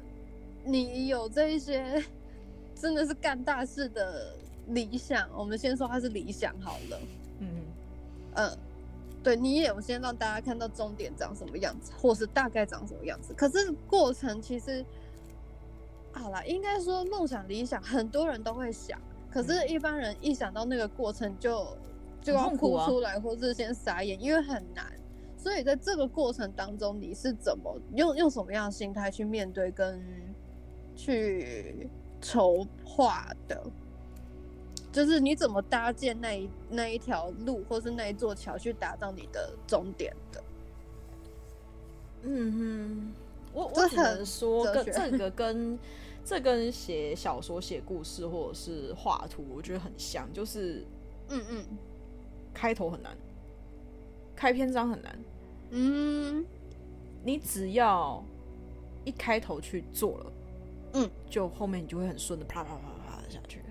B: 你有这一些 真的是干大事的理想，我们先说它是理想好了。
A: 嗯，
B: 嗯，对你也有先让大家看到终点长什么样子，或是大概长什么样子。可是过程其实，好啦，应该说梦想、理想，很多人都会想，可是
A: 嗯
B: 一般人一想到那个过程就就
A: 很
B: 要
A: 痛苦
B: 哭
A: 啊
B: 出来，或是先傻眼，因为很难。所以在这个过程当中，你是怎么用用什么样的心态去面对跟去筹划的？就是你怎么搭建那一那一条路，或是那一座桥，去达到你的终点的？
A: 嗯哼，我
B: 这
A: 我只能
B: 很
A: 说
B: 哲
A: 跟
B: 学
A: 这个跟这跟写小说、写故事或者是画图，我觉得很像，就是
B: 嗯嗯
A: 开头很难，开篇章很难。
B: 嗯
A: 你只要一开头去做了，
B: 嗯，
A: 就后面你就会很顺的啪啪啪啪啪的下去。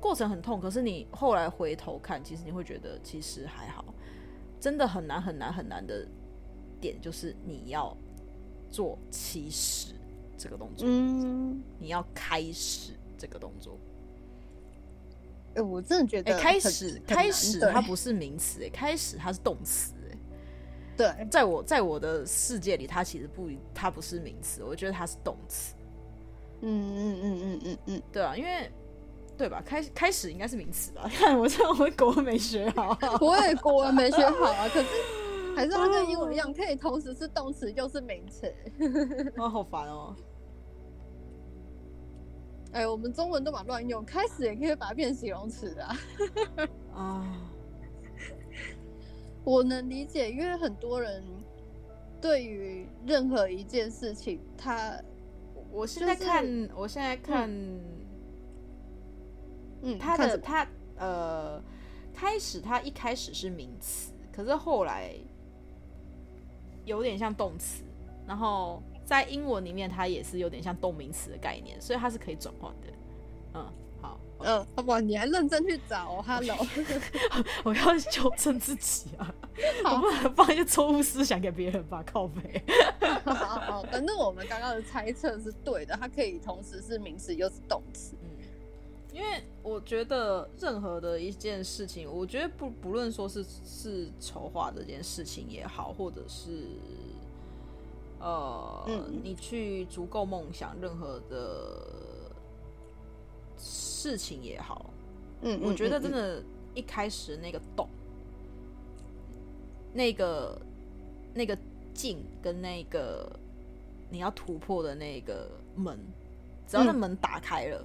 A: 过程很痛，可是你后来回头看，其实你会觉得其实还好。真的很难很难很难的点就是你要做起始这个动作，
B: 嗯，
A: 你要开始这个动作。
B: 哎、我真的觉
A: 哎、
B: 得很、
A: 开始
B: 很
A: 开
B: 难
A: 始
B: 对
A: 它不是名词，哎，开始它是动词，哎。
B: 对，
A: 在我在我的世界里，它其实不一，它不是名词，我觉得它是动词，
B: 嗯嗯嗯嗯嗯嗯，
A: 对啊，因为对吧？开开始应该是名词吧？看我这我国文没学好，
B: 我也国文没学好啊，可是还是它跟英文
A: 哦
B: 一样，可以同时是动词又是名词。
A: 我好烦哦。
B: 哎、我们中文都把乱用，开始也可以把它变形容词的啊、
A: 啊，
B: 我能理解，因为很多人对于任何一件事情，他
A: 我现在
B: 就是
A: 看，我现在看、
B: 嗯，
A: 他
B: 看什
A: 的
B: 么
A: 他呃，开始他一开始是名词，可是后来有点像动词，然后在英文里面它也是有点像动名词的概念，所以它是可以转换的。嗯，好，
B: 嗯，哇，你还认真去找、哦、，Hello，
A: 我要纠正自己啊，我
B: 好
A: 不能放一些错误思想给别人吧，靠背。
B: 好好好，反正我们刚刚的猜测是对的，它可以同时是名词又是动词，
A: 嗯，因为我觉得任何的一件事情，我觉得不不论说是是筹划这件事情也好，或者是呃，
B: 嗯
A: 你去足够梦想任何的事情也好，
B: 嗯，
A: 我觉得真
B: 的，
A: 的，一开始那个洞，那个那个镜跟那个你要突破的那个门，只要那
B: 嗯
A: 门打开了，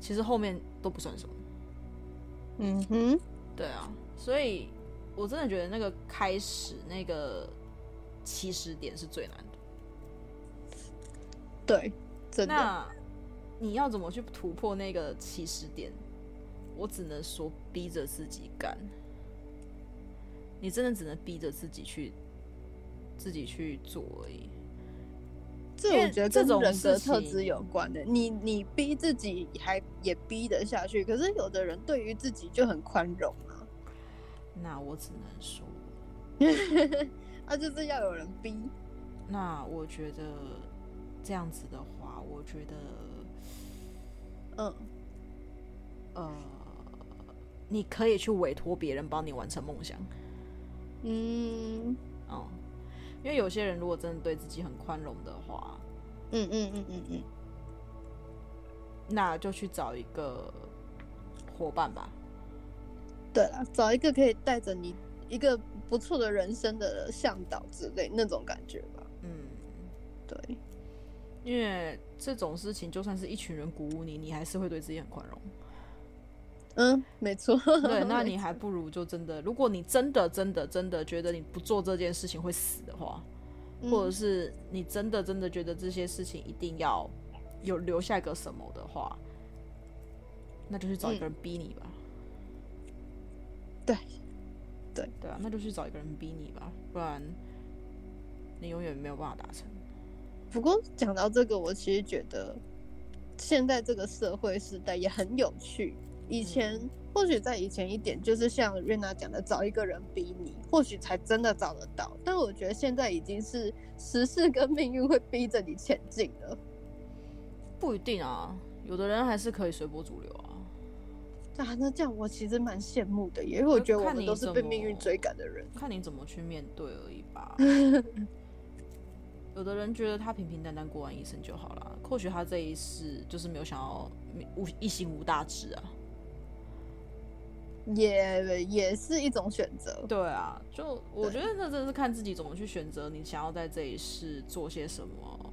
A: 其实后面都不算什么。
B: 嗯哼，
A: 对啊，所以我真的觉得那个开始那个起始点是最难的。
B: 对，真的，
A: 那你要怎么去突破那个起始点？我只能说逼着自己干。你真的只能逼着自己去，自己去做而已。因
B: 这
A: 为
B: 我觉得
A: 这
B: 跟
A: 种
B: 人格
A: 事情
B: 特质有关的，你你逼自己还也逼得下去，可是有的人对于自己就很宽容啊，
A: 那我只能说，
B: 他就是要有人逼，
A: 那我觉得这样子的话，我觉得
B: 嗯，
A: 呃，你可以去委托别人帮你完成梦想。
B: 嗯
A: 嗯，因为有些人如果真的对自己很宽容的话，
B: 嗯嗯嗯嗯嗯，
A: 那就去找一个伙伴吧。
B: 对了，找一个可以带着你一个不错的人生的向导之类那种感觉吧。
A: 嗯，
B: 对，
A: 因为这种事情，就算是一群人鼓舞你，你还是会对自己很宽 容。
B: 嗯，没错。
A: 对，那你还不如就真的，如果你真的真的真的觉得你不做这件事情会死的话，或者
B: 嗯
A: 是你真的真的觉得这些事情一定要有留下个什么的话，那就去找一个人逼你吧。
B: 嗯对，对
A: 对啊，那就去找一个人逼你吧，不然你永远没有办法达成。
B: 不过讲到这个，我其实觉得现在这个社会时代也很有趣。以前、
A: 嗯
B: 或许在以前一点，就是像瑞娜讲的，找一个人逼你，或许才真的找得到。但我觉得现在已经是时事跟命运会逼着你前进了。
A: 不一定啊，有的人还是可以随波逐流啊。
B: 啊，那这样我其实蛮羡慕的耶，因为我
A: 就
B: 觉得我
A: 看
B: 们
A: 你
B: 都是
A: 怎
B: 被命运
A: 么
B: 追赶的人。
A: 看你怎么去面对而已 吧。有的人觉得他平平淡淡过完一生就好了，或许他这一世就是没有想要无一心无大志啊。
B: 也也是一种选择。
A: 对啊，就我觉
B: 对
A: 得那真的是看自己怎么去选择，你想要在这一世做些什么，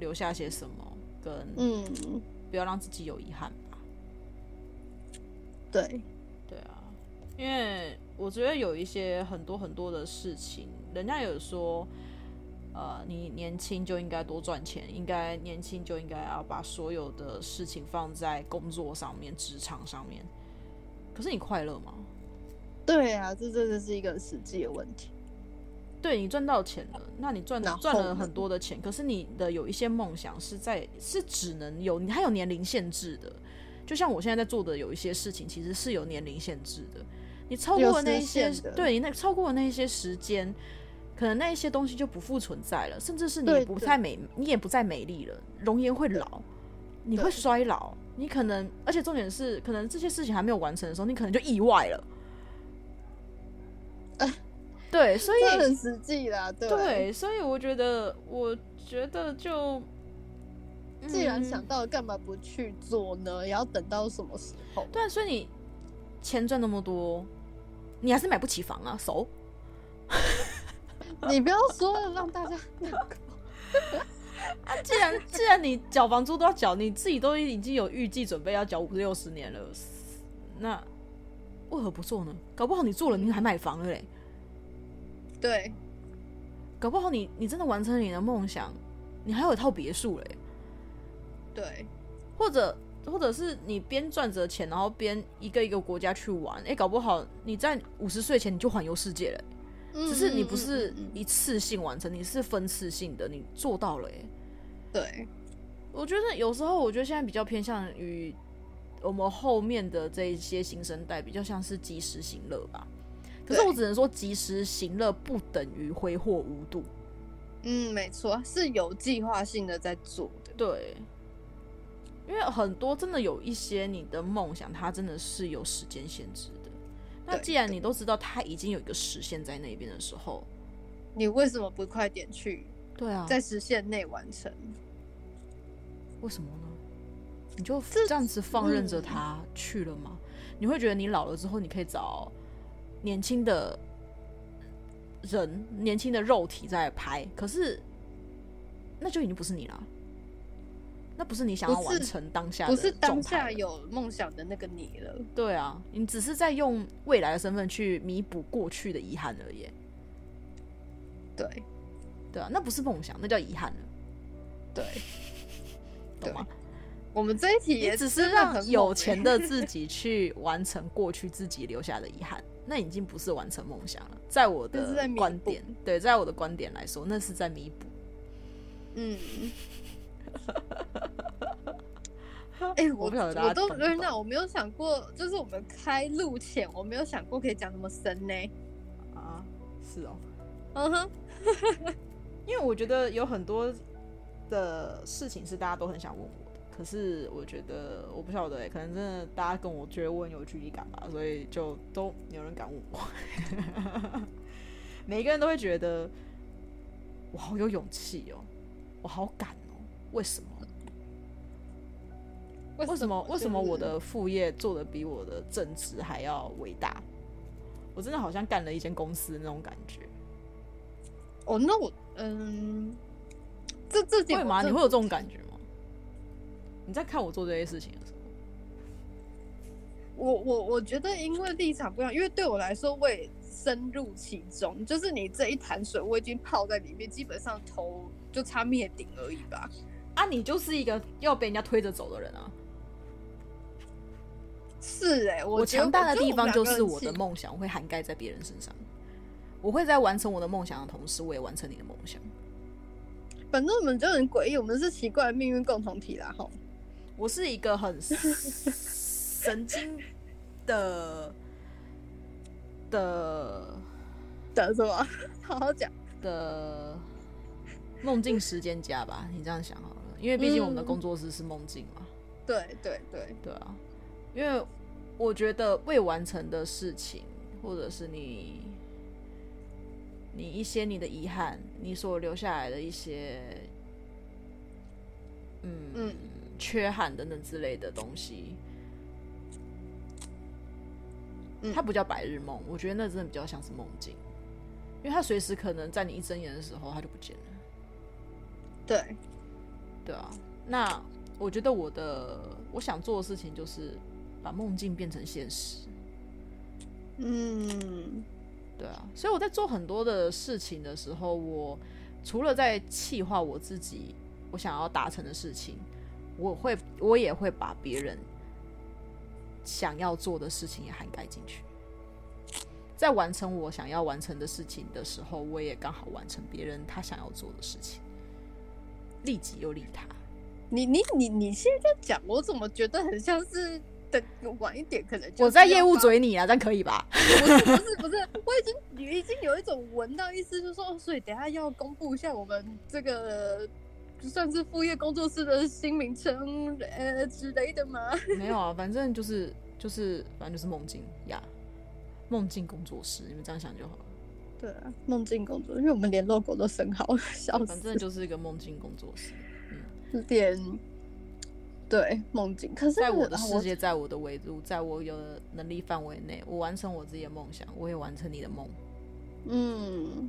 A: 留下些什么，跟
B: 嗯，
A: 不要让自己有遗憾吧。
B: 对，
A: 对啊，因为我觉得有一些很多很多的事情，人家有说，呃，你年轻就应该多赚钱，应该年轻就应该要把所有的事情放在工作上面、职场上面。可是你快乐吗？
B: 对啊，这真的是一个实际的问题。
A: 对你赚到钱了，那你赚
B: 然后
A: 赚了
B: 呢
A: 很多的钱，可是你的有一些梦想是在是只能有，你还有年龄限制的。就像我现在在做的有一些事情，其实是有年龄限制的。你超过
B: 有
A: 了那一
B: 时
A: 些
B: 限，的
A: 对你那超过了那一些时间，可能那一些东西就不复存在了，甚至是你
B: 对
A: 也不
B: 对
A: 太美，你也不再美丽了，容颜会老，你会
B: 对
A: 衰老，你可能，而且重点是，可能这些事情还没有完成的时候，你可能就意外了。对，所以
B: 呃这很实际啦，对。
A: 对，所以我觉得，我觉得就，
B: 既然
A: 嗯
B: 想到了，干嘛不去做呢？也要等到什么时 候？
A: 对啊，所以你钱赚那么多，你还是买不起房啊， 熟？
B: 你不要说了，让大 家难过。
A: 既然既然你缴房租都要缴，你自己都已经有预计准备要缴五六十年了，那为何不做呢？搞不好你做了，你还买房了嘞，
B: 对，
A: 搞不好你你真的完成了你的梦想，你还有一套别墅嘞。
B: 对，
A: 或者或者是你边赚着钱，然后边一个一个国家去玩，诶，搞不好你在五十岁前你就环游世界了、
B: 只
A: 只是你不
B: 嗯
A: 是一次性完成，你是分次性的，你做到了、诶。
B: 嗯对，
A: 我觉得有时候，我觉得现在比较偏向于我们后面的这一些新生代，比较像是及时行乐吧。可是
B: 对
A: 我只能说，及时行乐不等于挥霍无度。
B: 嗯，没错，是有计划性的在做的。
A: 对，因为很多真的有一些你的梦想，它真的是有时间限制的。那
B: 对
A: 既然你都知道它已经有一个时限在那边的时候，
B: 你为什么不快点去
A: 对啊，
B: 在时限内完成？
A: 为什么呢？你就
B: 这
A: 这样子放任着
B: 嗯
A: 它去了吗？你会觉得你老了之后，你可以找年轻的人、年轻的肉体在拍，可是那就已经不是你了。那不是你想要
B: 不是
A: 完成当下的
B: 不是当
A: 状态
B: 下
A: 了
B: 有梦想的那个你了。
A: 对啊，你只是在用未来的身份去弥补过去的遗憾而已。
B: 对，
A: 对啊，那不是梦想，那叫遗憾了，
B: 对，
A: 懂吗？
B: 我们这一题
A: 你
B: 也
A: 只
B: 真
A: 是
B: 的很
A: 让
B: 猛
A: 有
B: 欸
A: 钱的自己去完成过去自己留下的遗憾， 那已经不是完成梦想了。在我
B: 那是
A: 的
B: 在弥
A: 观
B: 补
A: 点，对，在我的观点来说，那是在弥补。
B: 嗯。 哎、我
A: 不晓得大家
B: 我都
A: 懂不啊
B: 跟
A: 懂
B: 你讲，我没有想过，就是我们开录前，我没有想过可以讲那么深呢。
A: 啊，是哦，
B: 嗯哼，
A: 因为我觉得有很多的事情是大家都很想问我的，可是我觉得我不晓得、欸，可能真的大家跟我觉得我很有距离感吧，所以就都没有人敢问我。 每一个人都会觉得我好有勇气哦，我好敢哦，为什么？为什么？为什么我？的副业做的比我的正职还要伟大？我真的好像干了一间公司那种感觉，
B: 哦，那我嗯，这这点
A: 会
B: 我
A: 吗？
B: 真
A: 你
B: 的
A: 会有这种感觉吗？你在看我做这些事情的时候，
B: 我我我觉得，因为立场不一样，因为对我来说，我也深入其中，就是你这一潭水，我已经泡在里面，基本上头就差灭顶而已吧。
A: 啊，你就是一个要被人家推着走的人啊！
B: 是哎、
A: 我
B: 觉得
A: 强大的地方就
B: 我觉
A: 是
B: 得
A: 我
B: 们
A: 的
B: 两个人气
A: 梦想会涵盖在别人身上，我会在完成我的梦想的同时，我也完成你的梦想。
B: 反正我们就很诡异，我们是奇怪的命运共同体啦，吼。
A: 我是一个很神经的的
B: 等什么？ 好好讲。
A: 的梦境时间家吧，你这样想好了，因为毕竟我们的
B: 嗯
A: 工作室是梦境嘛。
B: 对对对，
A: 对啊，因为我觉得未完成的事情，或者是你你一些你的遗憾，你所留下来的一些嗯
B: 嗯
A: 缺憾等等之类的东西，
B: 嗯
A: 它不叫白日梦，我觉得那真的比较像是梦境，因为它随时可能在你一睁眼的时候它就不见了。
B: 对，
A: 对啊，那我觉得我的我想做的事情就是把梦境变成现实。
B: 嗯，
A: 对啊，所以我在做很多的事情的时候，我除了在企划我自己我想要达成的事情，我会我也会把别人想要做的事情也涵盖进去。在完成我想要完成的事情的时候，我也刚好完成别人他想要做的事情，利己又利他。
B: 你你你你现在讲，我怎么觉得很像是等晚一点可能就是
A: 我在业
B: 要
A: 务
B: 发
A: 嘴你啊，但可以吧？
B: 不是不是不是，我已经已经有一种闻到意思，就是说，哦所以等一下要公布一下我们这个就算是副业工作室的新名称呃之类的吗？
A: 没有啊，反正就是就是反正就是梦境呀，梦境工作室，你们这样想就好了。
B: 对啊，梦境工作，因为我们连 logo 都生好了，笑
A: 反
B: 死
A: 正，就是一个梦境工作室，嗯
B: 连对梦境，可是
A: 在我的
B: 啊
A: 世界，在我的维度，在我有的能力范围内，我完成我自己的梦想，我也完成你的梦。
B: 嗯，
A: 嗯，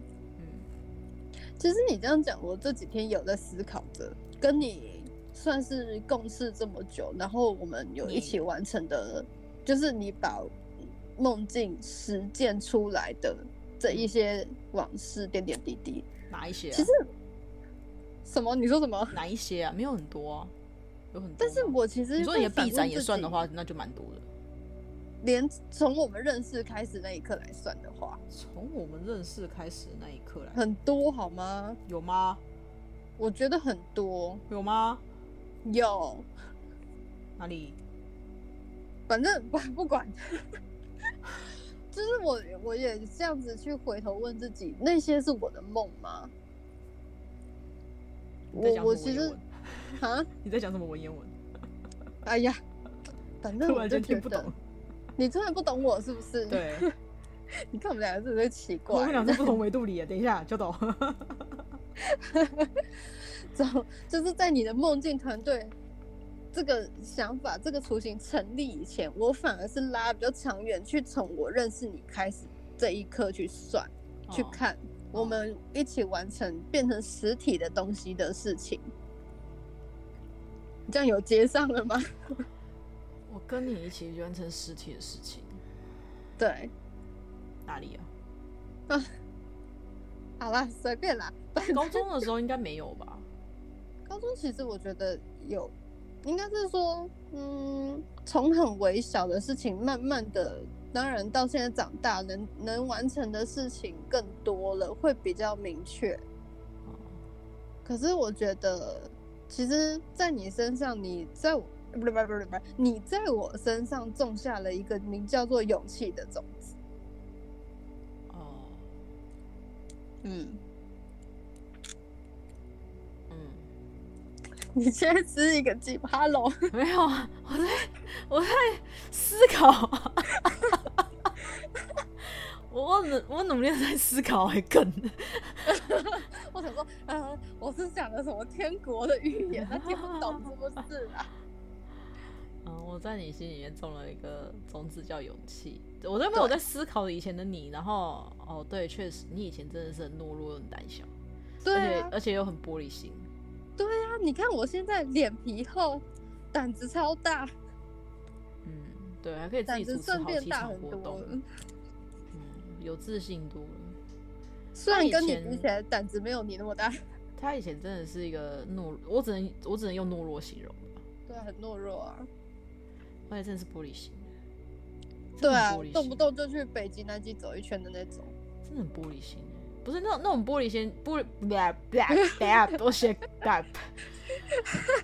B: 其实你这样讲，我这几天有在思考着，跟你算是共事这么久，然后我们有一
A: 你
B: 起完成的，就是你把梦境实践出来的这一些往事点点滴滴。
A: 哪一些、啊？
B: 其实什么？你说什么？
A: 哪一些啊？没有很多啊，有很多吗。
B: 但是我其实
A: 你说你的
B: 会反
A: 臂展
B: 问
A: 也
B: 自
A: 算的
B: 己，
A: 话，那就蛮多的。
B: 连从我们认识开始那一刻来算的话，
A: 从我们认识开始的那一刻来，
B: 很多好吗？
A: 有吗？
B: 我觉得很多
A: 有吗？
B: 有，
A: 哪里？
B: 反正不 不管，就是我我也这样子去回头问自己，那些是我的梦吗？
A: 你在
B: 我
A: 讲
B: 我
A: 什么文
B: 其
A: 言
B: 实
A: 文？
B: 啊，
A: 你在讲什么文言文？
B: 哎呀， 反正
A: 突
B: 我
A: 然
B: 就
A: 间
B: 觉
A: 听不
B: 得
A: 懂。
B: 你突然不懂我是不 是？，
A: 对。
B: 你看我们两个是不是奇
A: 我
B: 怪？
A: 们俩是不同维度里耶，等一下就懂。
B: 就就是在你的梦境团队这个想法、这个雏形成立以前，我反而是拉比较长远，去从我认识你开始这一刻去算。 去
A: 哦，
B: 看我
A: 哦
B: 们一起完成变成实体的东西的事情。这样有接上了吗？
A: 哦我跟你一起完成实体的事情，
B: 对，
A: 哪 里啊？
B: 好啦，随便啦。
A: 高中的时候应该没有吧？
B: 高中其实我觉得有，应该是说，嗯，从很微小的事情，慢慢的，当然到现在长大，能能完成的事情更多了，会比较明确。
A: 哦
B: 可是我觉得，其实，在你身上，你在我不是不是不是不是，你在我身上种下了一个名叫做勇气的种子。
A: 哦，
B: 嗯，
A: 嗯，
B: 你现在是一个鸡巴龙，
A: 没有啊，我在我在思考，啊 我努我努力地在思考还更，
B: 我想说，呃，我是讲的什么天国的预 言，他听不懂是不是啊？
A: 嗯，我在你心里面种了一个种子叫勇气。我在没有
B: 对
A: 在思考以前的你，然后哦对，确实你以前真的是很懦弱又很胆小，
B: 对啊
A: 而且，而且又很玻璃心。
B: 对啊，你看我现在脸皮厚，胆子超大，
A: 嗯，对，还可以自
B: 胆
A: 己
B: 子
A: 主持
B: 算
A: 好
B: 变
A: 几
B: 大
A: 场
B: 很
A: 活
B: 多
A: 动，
B: 了。
A: 嗯，有自信多了。
B: 虽然
A: 以
B: 跟你
A: 前
B: 比起来，胆子没有你那么大，
A: 他以前真的是一个懦，我只能我只能用懦弱形容吧，
B: 对啊，很懦弱啊。
A: 而且真的是玻璃心，真
B: 对
A: 的很
B: 啊
A: 玻璃，
B: 动不
A: 心
B: 动就去北极、南极走一圈的那种。
A: 真的很玻璃心，不是那种那种玻璃心，玻璃，啪啪啪，我写啪，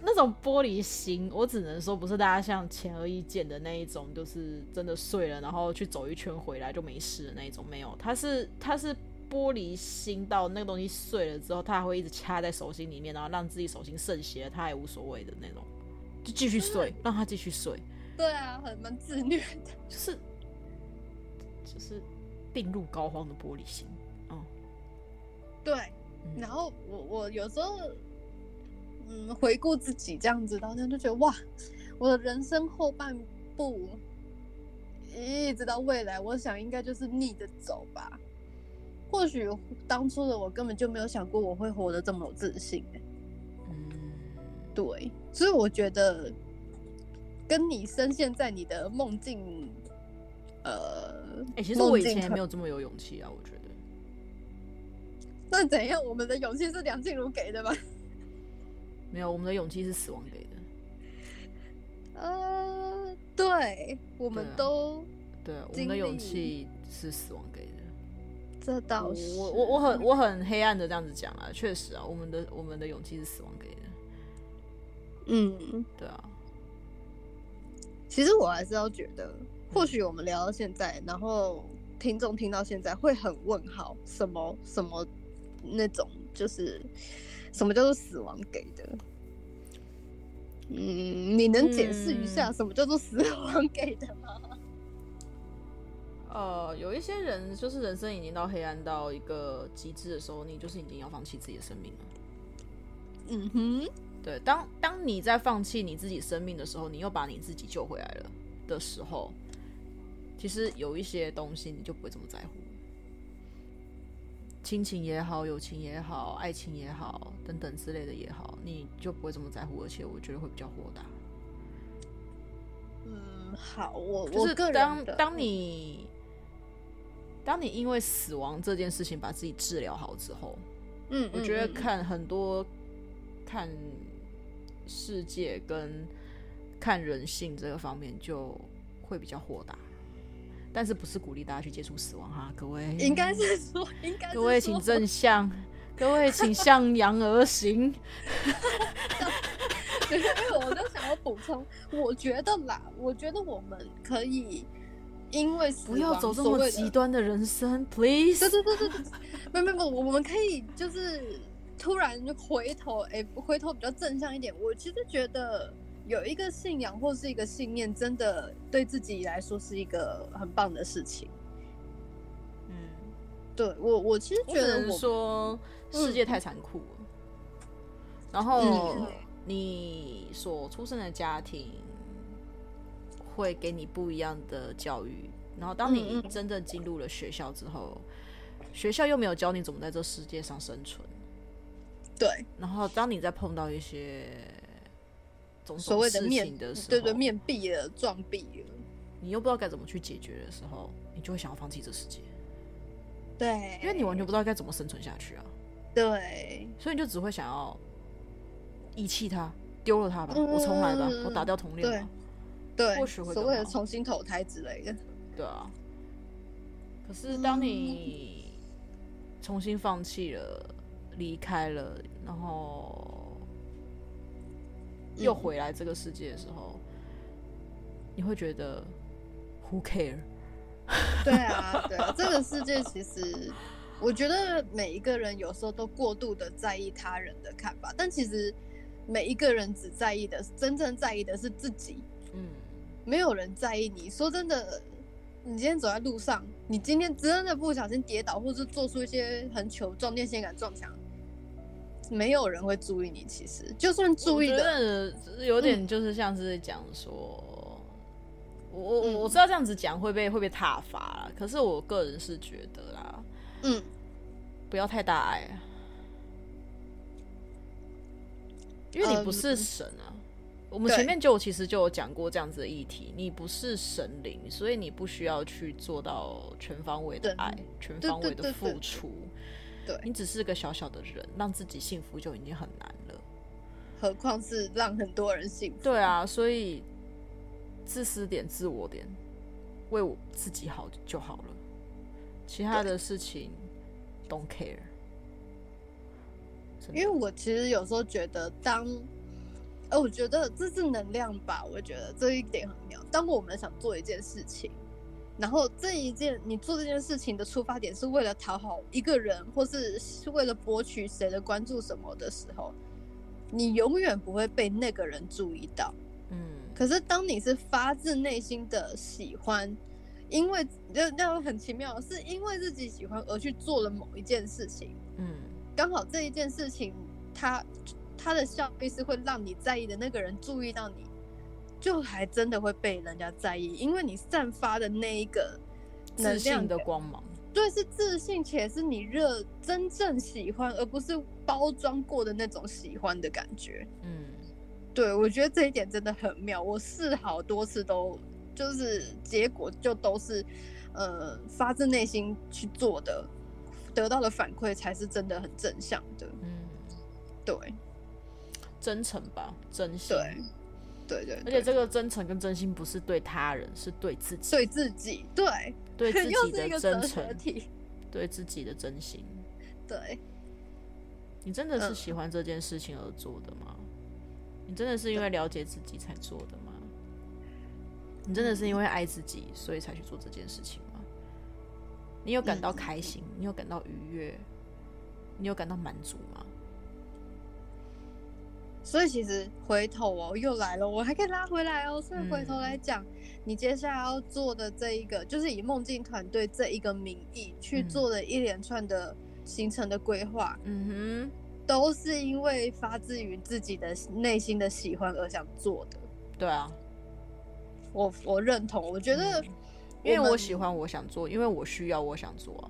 A: 那种玻璃心，我只能说不是大家像前额一见的那一种，就是真的碎了，然后去走一圈回来就没事的那一种，没有，他是他是。玻璃心到那个东西碎了之后，他还会一直掐在手心里面，然后让自己手心渗血，他也无所谓的那种，就继续碎，让他继续碎。
B: 对啊，很蛮自虐的。
A: 就是就是病入膏肓的玻璃心。
B: 对，
A: 嗯
B: 然后我我有时候，嗯，回顾自己这样子，然后就觉得哇，我的人生后半部一直到未来，我想应该就是逆着走吧。或许当初的我根本就没有想过我会活得这么有自信、欸，
A: 嗯，
B: 对，所以我觉得跟你深陷在你的梦境，呃，
A: 哎、其实我以前
B: 梦
A: 也
B: 境
A: 没有这么有勇气啊，我觉得。
B: 那怎样？我们的勇气是梁静茹给的吗？
A: 没有，我们的勇气是死亡给的。
B: 呃，对，我们
A: 对啊
B: 都
A: 对，我们
B: 经
A: 的勇
B: 历
A: 气是死亡给的。
B: 这倒是，
A: 我我我很我很黑暗的这样子讲啊，确实啊，我们的我们的勇气是死亡给的。
B: 嗯，
A: 对啊，
B: 其实我还是要觉得，或许我们聊到现在，然后听众听到现在会很问号，什么什么那种就是什么叫做死亡给的？嗯，你能解释一下
A: 嗯
B: 什么叫做死亡给 的吗？
A: 呃，有一些人就是人生已经到黑暗到一个极致的时候，你就是已经要放弃自己的生命了。
B: 嗯哼，
A: 对，当当你在放弃你自己生命的时候，你又把你自己救回来了的时候，其实有一些东西你就不会这么在乎，亲情也好，友情也好，爱情也好，等等之类的也好，你就不会这么在乎，而且我觉得会比较豁达。
B: 嗯，好，我
A: 就
B: 我
A: 是
B: 个人
A: 当
B: 的嗯
A: 当你当你因为死亡这件事情把自己治疗好之后，
B: 嗯，
A: 我觉得
B: 嗯嗯
A: 看很多看世界跟看人性这个方面就会比较豁达，但是不是鼓励大家去接触死亡哈，各位，
B: 应该是说，应该是
A: 各位
B: 说
A: 请正向，各位请向阳而行。
B: 对，因为我就想要补充，我觉得啦，我觉得我们可以因为 死
A: 不要
B: 亡
A: 走这
B: 所
A: 么
B: 谓
A: 极
B: 的，
A: 端的人 生，please
B: 对。对对对，对没有没有没有，我们可以就是突然就回头，哎，回头比较正向一点。我其实觉得有一个信仰或是一个信念，真的对自己来说是一个很棒的事情。
A: 嗯，
B: 对我，我其实
A: 我
B: 觉
A: 只
B: 得
A: 能
B: 我
A: 说世界太残酷了。然后
B: 嗯
A: 你所出生的家庭会给你不一样的教育，然后当你
B: 嗯嗯
A: 真正进入了学校之后，学校又没有教你怎么在这世界上生存。
B: 对
A: 然后当你在碰到一些种
B: 所
A: 种
B: 谓
A: 事
B: 的面
A: 情的时候，
B: 对对面壁了，撞壁了，
A: 你又不知道该怎么去解决的时候，你就会想要放弃这世界，
B: 对，
A: 因为你完全不知道该怎么生存下去啊。
B: 对。
A: 所以你就只会想要遗弃他，丢了他吧，我重来吧，
B: 嗯
A: 我打掉同恋吧，
B: 对，
A: 或许会
B: 所
A: 更
B: 谓的
A: 好
B: 重新投胎之类的。
A: 对啊。可是当你重新放弃了，离开了，然后又回来这个世界的时候，你会觉得 who care？
B: 对啊，对啊，这个世界其实，我觉得每一个人有时候都过度的在意他人的看法，但其实每一个人只在意的，真正在意的是自己，
A: 嗯，
B: 没有人在意你。说真的，你今天走在路上，你今天真的不小心跌倒，或是做出一些很糗撞电线杆撞墙。没有人会注意你，其实就算注意
A: 我觉
B: 的，嗯
A: 得有点就是像是讲说，我我
B: 嗯
A: 我知道这样子讲会被会被挞伐啦，可是我个人是觉得啦，
B: 嗯，
A: 不要太大爱啊，因为你
B: 嗯
A: 不是神啊。我们
B: 对
A: 前面就有其实就有讲过这样子的议题，你不是神灵，所以你不需要去做到全方位的
B: 对
A: 爱、全方位的
B: 对对对
A: 付
B: 对
A: 出。
B: 对
A: 你只是个小小的人，让自己幸福就已经很难了。
B: 何况是让很多人幸福。
A: 对啊，所以自私点、自我点，为我自己好就好了，其他的事情 don't care。真的
B: 因为我其实有时候觉得当，呃，我觉得这是能量吧，我觉得这一点很妙。当我们想做一件事情，然后这一件你做这件事情的出发点是为了讨好一个人，或是是为了博取谁的关注什么的时候，你永远不会被那个人注意到。
A: 嗯，
B: 可是当你是发自内心的喜欢，因为就那很奇妙，是因为自己喜欢而去做了某一件事情。
A: 嗯
B: 刚好这一件事情，它它的效益是会让你在意的那个人注意到你，就还真的会被人家在意，因为你散发的那一个能
A: 自信
B: 量
A: 的
B: 感
A: 光芒。
B: 对，是自信且是你热真正喜欢，而不是包装过的那种喜欢的感觉。
A: 嗯，
B: 对，我觉得这一点真的很妙。我试好多次都，就是结果就都是，呃，发自内心去做的，得到的反馈才是真的很正向的。
A: 嗯，
B: 对，
A: 真诚吧，真心。
B: 对，对对
A: 而且
B: 对，
A: 这个真诚跟真心不是对他人，是对自己，
B: 对自己，对，
A: 对自
B: 又
A: 己
B: 是
A: 的
B: 一个哲
A: 真
B: 学
A: 诚，
B: 题。
A: 对自己的真心。
B: 对，
A: 你真的是
B: 嗯
A: 喜欢这件事情而做的吗？你真的是因为了解自己才做的吗？你真的是因为爱自己，所以才去做这件事情吗？你有感到
B: 嗯
A: 开心，你有感到愉悦，你有感到满足吗？
B: 所以其实回头哦，又来了，我还可以拉回来哦。所以回头
A: 嗯
B: 来讲，你接下来要做的这一个，就是以梦境团队这一个名义去
A: 嗯
B: 做的一连串的行程的规划，
A: 嗯
B: 都是因为发自于自己的内心的喜欢而想做的。
A: 哼，对啊，
B: 我我认同，我觉得、
A: 嗯因为我
B: 们
A: 喜欢，我想做，因为我需要，我想做啊、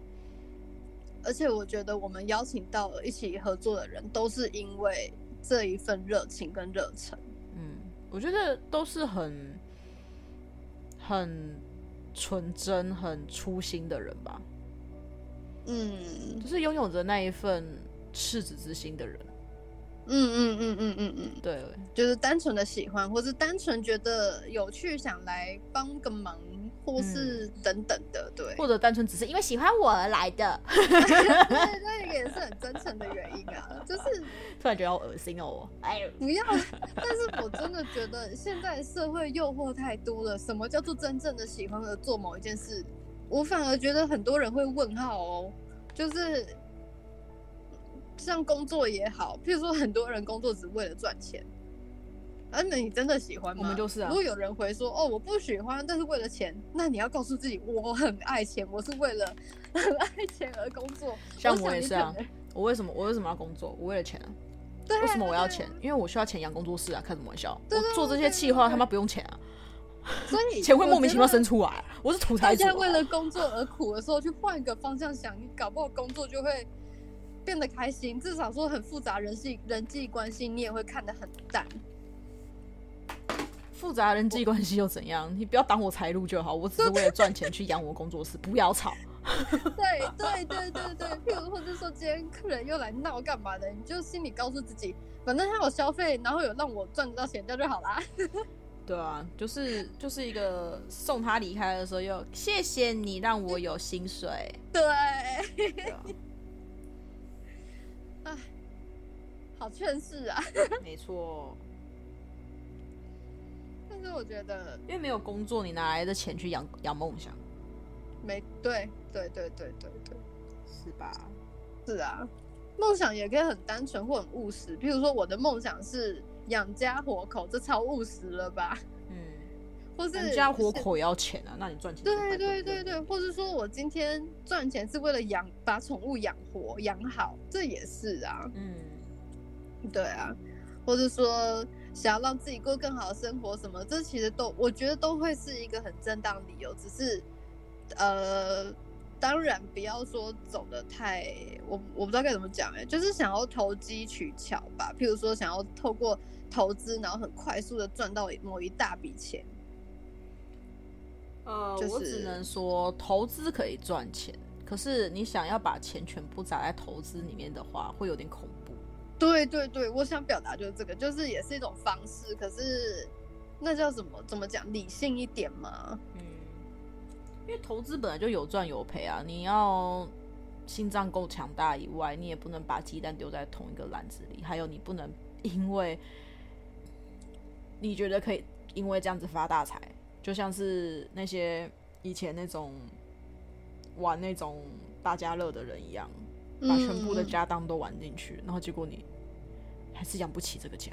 B: 而且我觉得我们邀请到了一起合作的人，都是因为这一份热情跟热忱。
A: 嗯，我觉得都是很很纯真、很初心的人吧，
B: 嗯
A: 就是拥有着那一份赤子之心的人。
B: 嗯嗯嗯嗯嗯嗯，
A: 对，
B: 就是单纯的喜欢，或是单纯觉得有趣，想来帮个忙，或是等等的，对，
A: 或者单纯只是因为喜欢我而来的，
B: 对，那个也是很真诚的原因啊。就是
A: 突然觉得好恶心哦！我哎呦，
B: 不要， 但是我真的觉得现在社会诱惑太多了，什么叫做真正的喜欢而做某一件事？我反而觉得很多人会问号哦，就是像工作也好，譬如说很多人工作只为了赚钱。啊，那你真的喜欢吗？
A: 我们就是啊
B: 如果有人回说哦，我不喜欢，但是为了钱，那你要告诉自己，我很爱钱，我是为了很爱钱而工作。
A: 像
B: 我
A: 我
B: 想
A: 也
B: 你
A: 是啊
B: 可能。
A: 我为什么我为什么要工作？我为了钱啊！
B: 对啊
A: 为什么我要
B: 对啊
A: 钱？因为我需要钱养工作室啊！开什么玩笑？
B: 对对
A: 我做这
B: 对
A: 些
B: 对
A: 企划
B: 对
A: 他妈不用钱啊！
B: 所以
A: 钱会
B: 我
A: 莫名
B: 觉
A: 其妙
B: 得
A: 生出来，我是土
B: 大
A: 财主、
B: 家
A: 啊。
B: 为了工作而苦的时候，去换一个方向想，你搞不好工作就会变得开心。至少说很复杂人际人际关系，你也会看得很淡。
A: 复杂人际关系又怎样？你不要挡我财路就好，我只是为了赚钱去养我工作室，不要吵。
B: 对对对对 对，譬如或者说今天客人又来闹干嘛的，你就心里告诉自己，反正他有消费，然后有让我赚得到钱，这样就好啦。
A: 对啊，就是就是一个送他离开的时候又谢谢你让我有薪水。
B: 对，
A: 对啊，
B: 好劝世啊。
A: 没错，
B: 但是我觉得
A: 因为没有工作，你哪来的钱去养养梦想？
B: 没对对对对对对。
A: 是吧？
B: 是啊，梦想也可以很单纯或很务实。譬如说，我的梦想是养家活口，这超务实了吧？
A: 嗯，
B: 或是
A: 人家活，口也要钱啊，那你赚钱怎么
B: 对
A: 办
B: 对
A: 不
B: 对对，或是说我今天赚钱是为了养把宠物养活养好，这也是啊，
A: 嗯，
B: 对啊，或是说想要让自己过更好的生活什么，这其实都我觉得都会是一个很正当理由，只是呃。当然，不要说走的太，我我不知道该怎么讲哎、就是想要投机取巧吧。譬如说，想要透过投资，然后很快速的赚到某一大笔钱。
A: 呃，
B: 就是
A: 我只能说投资可以赚钱，可是你想要把钱全部砸在投资里面的话，会有点恐怖。
B: 对对对，我想表达就是这个，就是也是一种方式，可是那叫什么？怎么讲？理性一点嘛。
A: 嗯，因为投资本来就有赚有赔啊，你要心脏够强大以外，你也不能把鸡蛋丢在同一个篮子里，还有你不能因为你觉得可以因为这样子发大财，就像是那些以前那种玩那种大家乐的人一样，把全部的
B: 嗯
A: 家当都玩进去，然后结果你还是养不起这个家。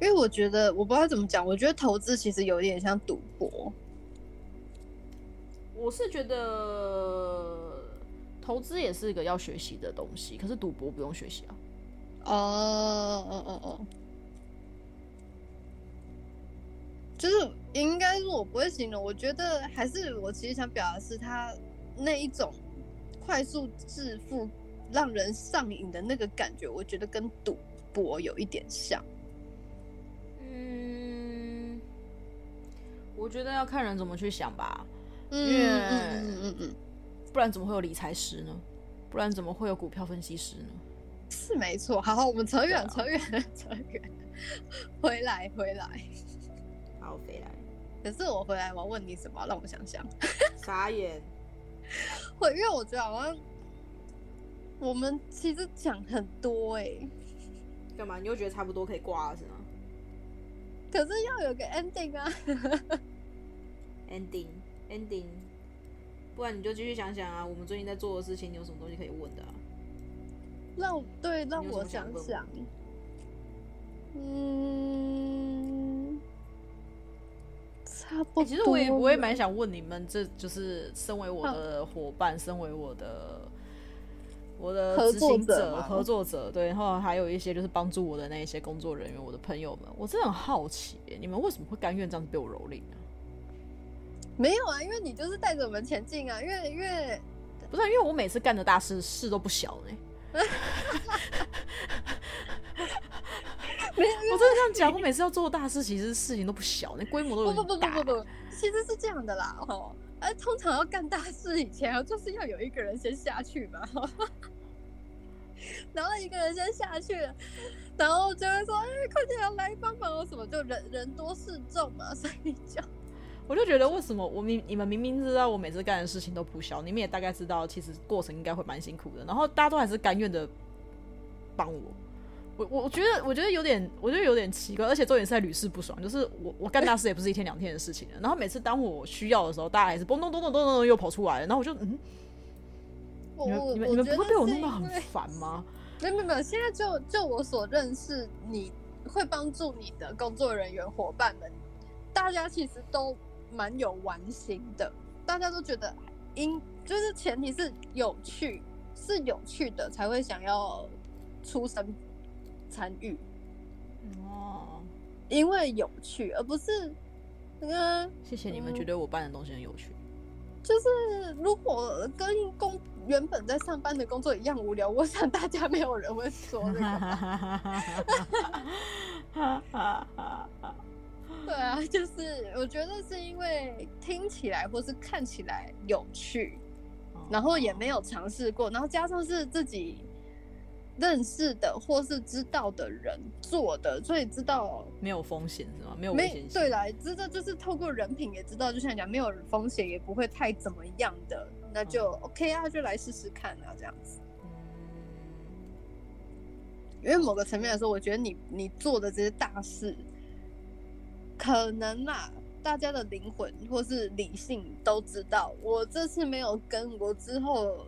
B: 因为我觉得我不知道怎么讲，我觉得投资其实有点像赌博。
A: 我是觉得投资也是一个要学习的东西，可是赌博不用学习啊。
B: 哦哦哦哦，就是应该是我不会形容，我觉得还是我其实想表达的是他那一种快速致富让人上瘾的那个感觉，我觉得跟赌博有一点像。
A: 嗯，我觉得要看人怎么去想吧，
B: 嗯
A: 因为
B: 嗯嗯嗯嗯，
A: 不然怎么会有理财师呢？不然怎么会有股票分析师呢？
B: 是没错。好好，我们扯远、
A: 对啊
B: 扯远 扯远，回来回来。
A: 好，飞来，
B: 可是我回来，我要问你什么？让我想想。
A: 傻眼。
B: 会，因为我觉得好像我们其实讲很多哎、
A: 干嘛？你又觉得差不多可以挂了是吗
B: 可是要有个 ending 啊。
A: ？Ending ending，不然你就继续想想啊，我们最近在做的事情，你有什么东西可以问的、啊？
B: 让我对让
A: 你有什
B: 我
A: 么想
B: 想
A: 问
B: 想，嗯，差不
A: 欸
B: 多嗯了。
A: 其实我也我也蛮想问你们，这就是身为我的伙伴，身为我的我的
B: 合
A: 执
B: 作
A: 行
B: 者
A: 者、
B: 吗
A: 合作者，对，然后还有一些就是帮助我的那一些工作人员，我的朋友们，我真的很好奇耶，你们为什么会甘愿这样子被我蹂躏啊？
B: 没有啊，因为你就是带着我们前进啊，因为因为
A: 不是啊，因为我每次干的大事事都不小呢。
B: 没有因为
A: 我真的这样 讲，我每次要做的大事，其实事情都不小，那规模都有
B: 不不
A: 点
B: 不
A: 大。
B: 不不不，其实是这样的啦哦。呃，通常要干大事以前啊，就是要有一个人先下去嘛， 然后一个人先下去，然后就会说，哎、快点来帮忙哦，什么就人人多势众嘛，所以就
A: 我就觉得为什么我明你们明明知道我每次干的事情都不小，你们也大概知道，其实过程应该会蛮辛苦的，然后大家都还是甘愿的帮我。我我我觉得我觉得有点我觉得有点奇怪，而且重点是在屡试不爽，就是我我干大事也不是一天两天的事情了，然后每次当我需要的时候，大家还是嘣咚咚咚咚咚咚又跑出来了，然后我就嗯，
B: 我
A: 你
B: 我
A: 们
B: 我
A: 你们你们
B: 觉
A: 不会
B: 得
A: 被我
B: 是
A: 弄到
B: 因
A: 很
B: 为
A: 烦吗？
B: 没有没有没有，现在就就我所认识你会帮助你的工作人员伙伴们，大家其实都蛮有玩心的，大家都觉得哎应就是前提是有趣，是有趣的才会想要出声参与，
A: 哦，
B: 因为有趣，而不是嗯。
A: 谢谢你们，
B: 嗯
A: 觉得我办的东西很有趣。
B: 就是如果跟工原本在上班的工作一样无聊，我想大家没有人会说
A: 哦
B: 这个 吧。 对啊，就是我觉得是因为听起来或是看起来有趣，然后也没有尝试过，然后加上是自己认识的或是知道的人做的，所以知道
A: 没有风险是吗？没有危
B: 没
A: 险性。
B: 对啦，知道就是透过人品也知道，就像你讲没有风险，也不会太怎么样的，那就 OK 啊，就来试试看啊，这样子。
A: 嗯，
B: 因为某个层面来说，我觉得你你做的这些大事，可能啦，大家的灵魂或是理性都知道，我这次没有跟，我之后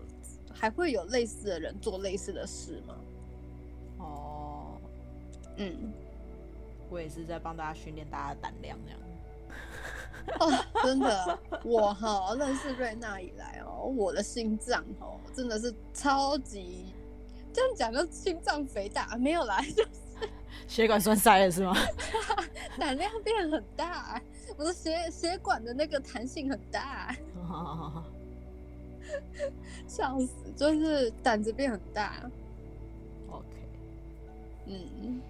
B: 还会有类似的人做类似的事吗？
A: 哦，
B: 嗯，
A: 我也是在帮大家训练大家的胆量这样。
B: 哦，真的，我哈认识瑞娜以来哦，我的心脏哦真的是超级，这样讲就心脏肥大，没有啦， 就
A: 血管栓塞了是吗？
B: 胆量变很大，我的血血管的那个弹性很大。笑死，就是胆子变很大。
A: OK，
B: 嗯，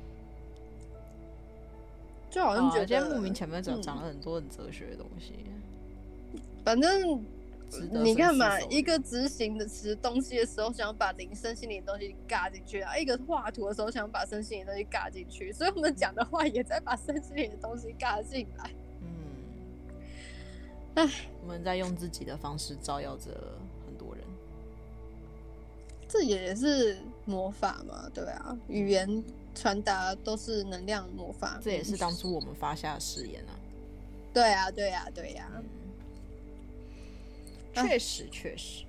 B: 就好像
A: 啊
B: 觉得、
A: 今天莫名其妙讲
B: 嗯
A: 讲了很多很哲学的东西，
B: 反正
A: 值得
B: 你看嘛
A: 深，思熟虑
B: 一个执行的词东西的时候，想把灵身心灵的东西尬进去啊；一个画图的时候，想把身心灵的东西尬进去。所以我们讲的话，也在把身心灵的东西尬进来。
A: 嗯，
B: 唉，
A: 我们在用自己的方式照耀着很多人。
B: 这也是魔法嘛，对啊，语言传达都是能量魔法。
A: 这也是当初我们发下的誓言啊。嗯
B: 对啊，对啊，对啊。
A: 确实，确实，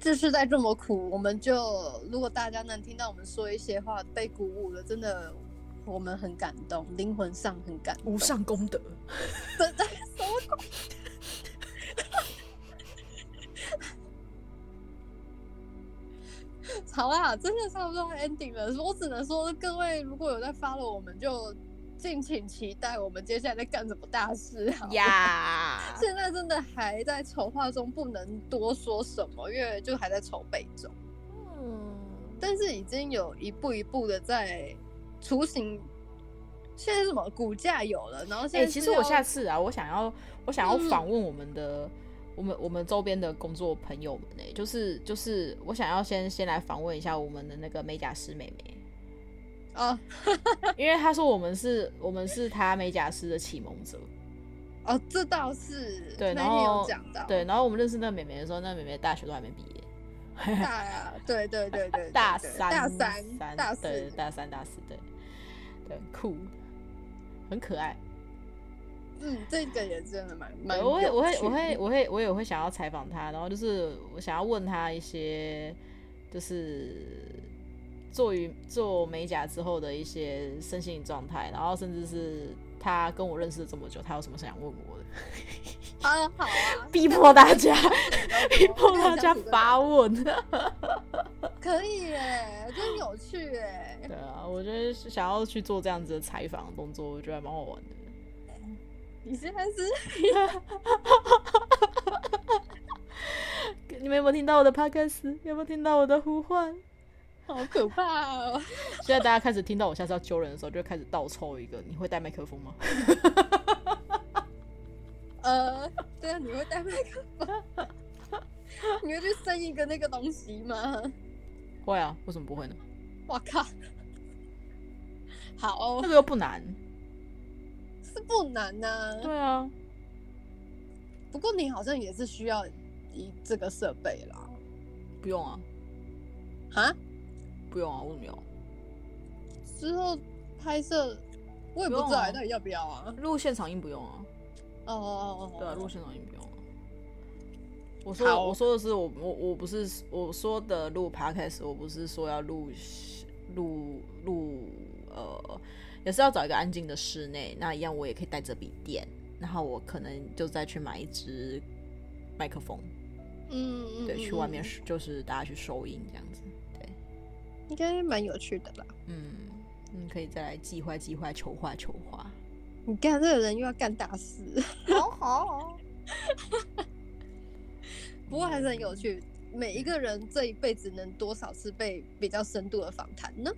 B: 就是在这么苦，我们就如果大家能听到我们说一些话，被鼓舞了，真的我们很感动，灵魂上很感动。
A: 无上功德。
B: 真的什么鬼？好啦，真的差不多要 ending 了。我只能说，各位如果有在 follow 我们，就敬请期待我们接下来在干什么大事啊！
A: 呀，
B: 现在真的还在筹划中，不能多说什么，因为就还在筹备中。
A: 嗯，
B: 但是已经有一步一步的在雏形，现在是什么骨架有了，然后
A: 哎、
B: 现在、
A: 其实我下
B: 在
A: 次啊，我想要我想要
B: 嗯
A: 访问我们的、我们我们周边的工作朋友们呢、就是就是我想要先先来访问一下我们的那个美甲师妹妹，
B: 哦
A: 因为她说我们是我们是她美甲师的启蒙者，
B: 哦，这倒是
A: 对，
B: 那
A: 然
B: 天有
A: 后
B: 讲到，
A: 对，然后我们认识那个妹妹的时候，那个妹妹大学都还没毕业，
B: 大对对对对对对
A: 大三
B: 大三大
A: 对
B: 四，
A: 大三大四对对很酷，很可爱。
B: 嗯，这个也真的蛮蛮
A: 对
B: 有
A: 我会，
B: 趣的，
A: 我会，我会，我会，我也会想要采访他，然后就是我想要问他一些，就是做于做美甲之后的一些身心状态，然后甚至是他跟我认识这么久，他有什么想问我的，
B: 啊，好啊， 啊
A: 逼迫 大家，逼
B: 逼
A: 迫大 家发问。
B: 可以耶，真有趣耶。
A: 对啊，我觉得想要去做这样子的采访的动作，我觉得还蛮好玩的。
B: 你现在 是
A: 你们有没有听到我的 podcast？有没有听到我的呼唤？
B: 好可怕哦！
A: 现在大家开始听到我下次要揪人的时候，就开始倒抽一个。你会带麦克风吗？
B: 呃，对啊，你会带麦克风？你会去生一个那个东西吗？
A: 会啊，为什么不会呢？
B: 我靠！好哦、
A: 那个又不难。
B: 是不难呐、
A: 对啊，
B: 不过你好像也是需要一这个设备啦。
A: 不用啊，
B: 啊？
A: 不用啊，为什么要？
B: 之后拍摄，我也不
A: 不用
B: 知道
A: 啊
B: 到底要不要啊。
A: 录现场音不用啊，
B: 哦哦哦，
A: 对啊，录现场音不用啊。我说
B: 好
A: 我说的是我我我不是我说的录 podcast，我不是说要录录录呃，也是要找一个安静的室内，那一样我也可以带着笔电，然后我可能就再去买一支麦克风，
B: 嗯嗯，
A: 对，
B: 嗯
A: 去外面
B: 嗯
A: 收就是大家去收音这样子，对。
B: 应该蛮有趣的啦。
A: 嗯，嗯，可以再来计划计划，筹划筹划。
B: 你看这个人又要干大事，
A: 好好，
B: 不过还是很有趣。每一个人这一辈子能多少次被比较深度的访谈呢？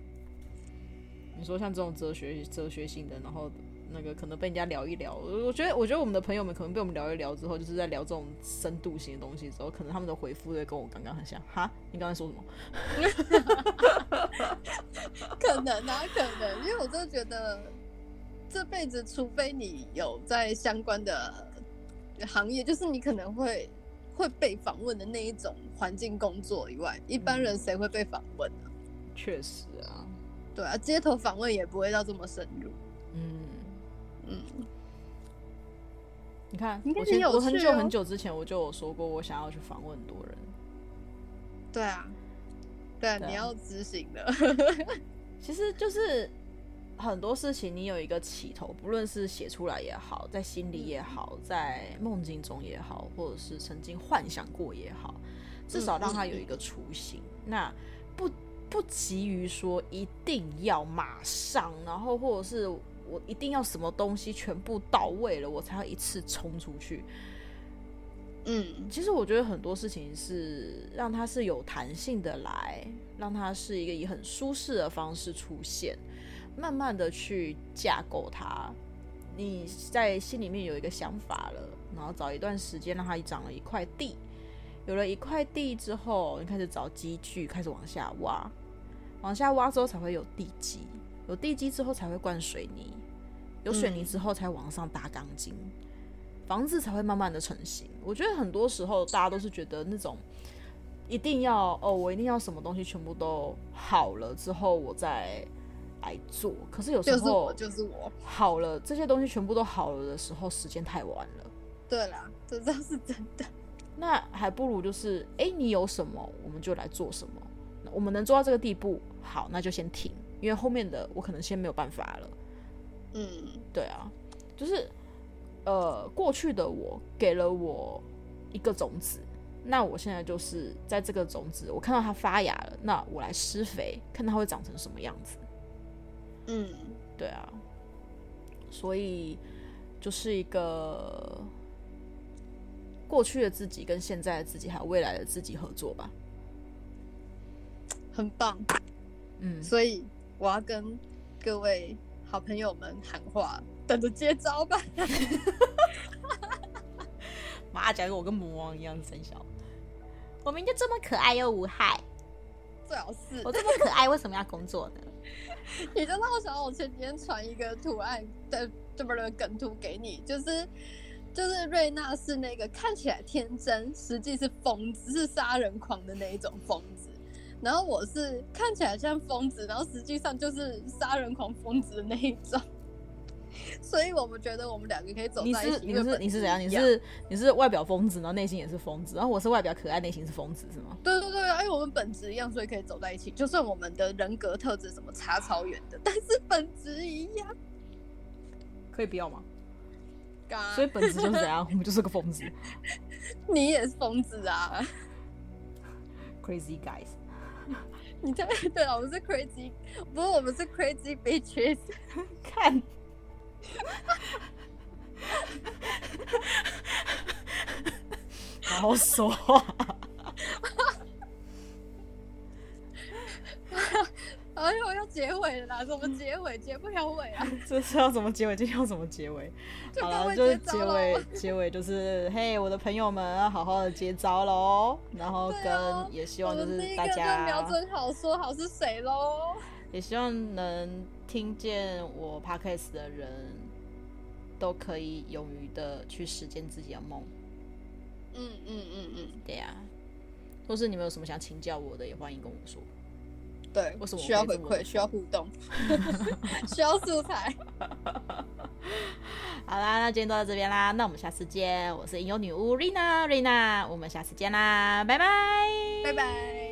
A: 你说像这种哲学哲学性的，然后那个可能被人家聊一聊，我我觉得我觉得我们的朋友们可能被我们聊一聊之后，就是在聊这种深度型的东西之后，可能他们的回复会跟我刚刚很像。哈，你刚才说什么？
B: 可能啊，可能，因为我真的觉得这辈子，除非你有在相关的行业，就是你可能会会被访问的那一种环境工作以外，一般
A: 嗯
B: 人谁会被访问呢、
A: 确实啊，
B: 对啊，街头访问也不会到这么深入。
A: 嗯
B: 嗯，
A: 你看，
B: 应该
A: 我
B: 很
A: 前
B: 有
A: 我很
B: 趣
A: 久
B: 哦
A: 很久之前我就有说过，我想要去访问很多人。
B: 对啊，对啊，
A: 对啊
B: 你要执行的。
A: 其实就是很多事情，你有一个起头，不论是写出来也好，在心里也好，在梦境中也好，或者是曾经幻想过也好，至少让它有一个雏形。那不不急于说一定要马上，然后或者是我一定要什么东西全部到位了，我才要一次冲出去。
B: 嗯
A: 其实我觉得很多事情是让它是有弹性的来，让它是一个以很舒适的方式出现，慢慢的去架构它。你在心里面有一个想法了，然后找一段时间让它长了一块地，有了一块地之后，你开始找基具，开始往下挖，往下挖之后才会有地基，有地基之后才会灌水泥，有水泥
B: 嗯
A: 之后才往上搭钢筋。房子才会慢慢的成型。我觉得很多时候大家都是觉得那种一定要哦，我一定要什么东西全部都好了之后我再来做。可是有时
B: 就是
A: 候
B: 我，就是我。
A: 好了，这些东西全部都好了的时候，时间太晚了。
B: 对啦，这倒是真的。
A: 那还不如就是，诶，你有什么我们就来做什么。我们能做到这个地步，好，那就先停，因为后面的我可能先没有办法了。
B: 嗯
A: 对啊，就是呃，过去的我给了我一个种子，那我现在就是在这个种子，我看到它发芽了，那我来施肥，看它会长成什么样子。
B: 嗯，
A: 对啊，所以就是一个过去的自己、跟现在的自己还有未来的自己合作吧。
B: 很棒。
A: 嗯，
B: 所以我要跟各位好朋友们喊话，等着接招吧。
A: 妈讲的我跟魔王一样真小，我明就这么可爱又无害，
B: 最好是，
A: 这么可爱为什么要工作呢？
B: 你知道我想到我前几天传一个图案的，这不是梗图给你，就是就是瑞娜是那个看起来天真，实际是疯子，是杀人狂的那一种疯子。然后我是看起来像疯子，然后实际上就是杀人狂疯子的那一种。所以我们觉得我们两个可以走
A: 你
B: 在一
A: 是
B: 起。
A: 你
B: 因为
A: 是
B: 本
A: 你是
B: 质
A: 怎样？你
B: 一样
A: 是你是外表疯子，然后内心也是疯子，然后我是外表可爱，内心是疯子是吗？
B: 对对对啊，因为我们本质一样，所以可以走在一起。就算我们的人格特质什么差超远的，但是本质一样。
A: 可以不要吗？
B: 嘎
A: 所以本质就是怎样，我 们就是个疯子
B: 你也是疯子啊！
A: ，crazy guys。
B: 你这对啊，我们是 crazy，不是我们是 crazy bitches。
A: 看， 好好说话。
B: 哎呦，要结尾了啦，怎么结尾？结不了尾啊！
A: 这是要怎么结尾？今天要怎么结尾？
B: 就
A: 好
B: 各
A: 了，
B: 位
A: 就是
B: 接
A: 结
B: 招喽
A: 尾，，结尾就是嘿，我的朋友们要好好的接招喽。然后
B: 对
A: 跟、
B: 啊
A: 也希
B: 我
A: 望就
B: 们第
A: 是
B: 一
A: 大
B: 个就瞄
A: 家
B: 准好，说好是谁喽。
A: 也希望能听见我 podcast 的人都可以勇于的去实践自己的梦。
B: 嗯嗯嗯嗯，
A: 对呀、或是你们有什么想请教我的，也欢迎跟我说。
B: 对，
A: 为什么我
B: 需要
A: 可以
B: 回
A: 这么
B: 馈，需要互 动，需要素材。
A: 好啦，那今天就到这边啦，那我们下次见。我是影游女巫瑞娜，瑞娜，我们下次见啦，拜拜，
B: 拜拜。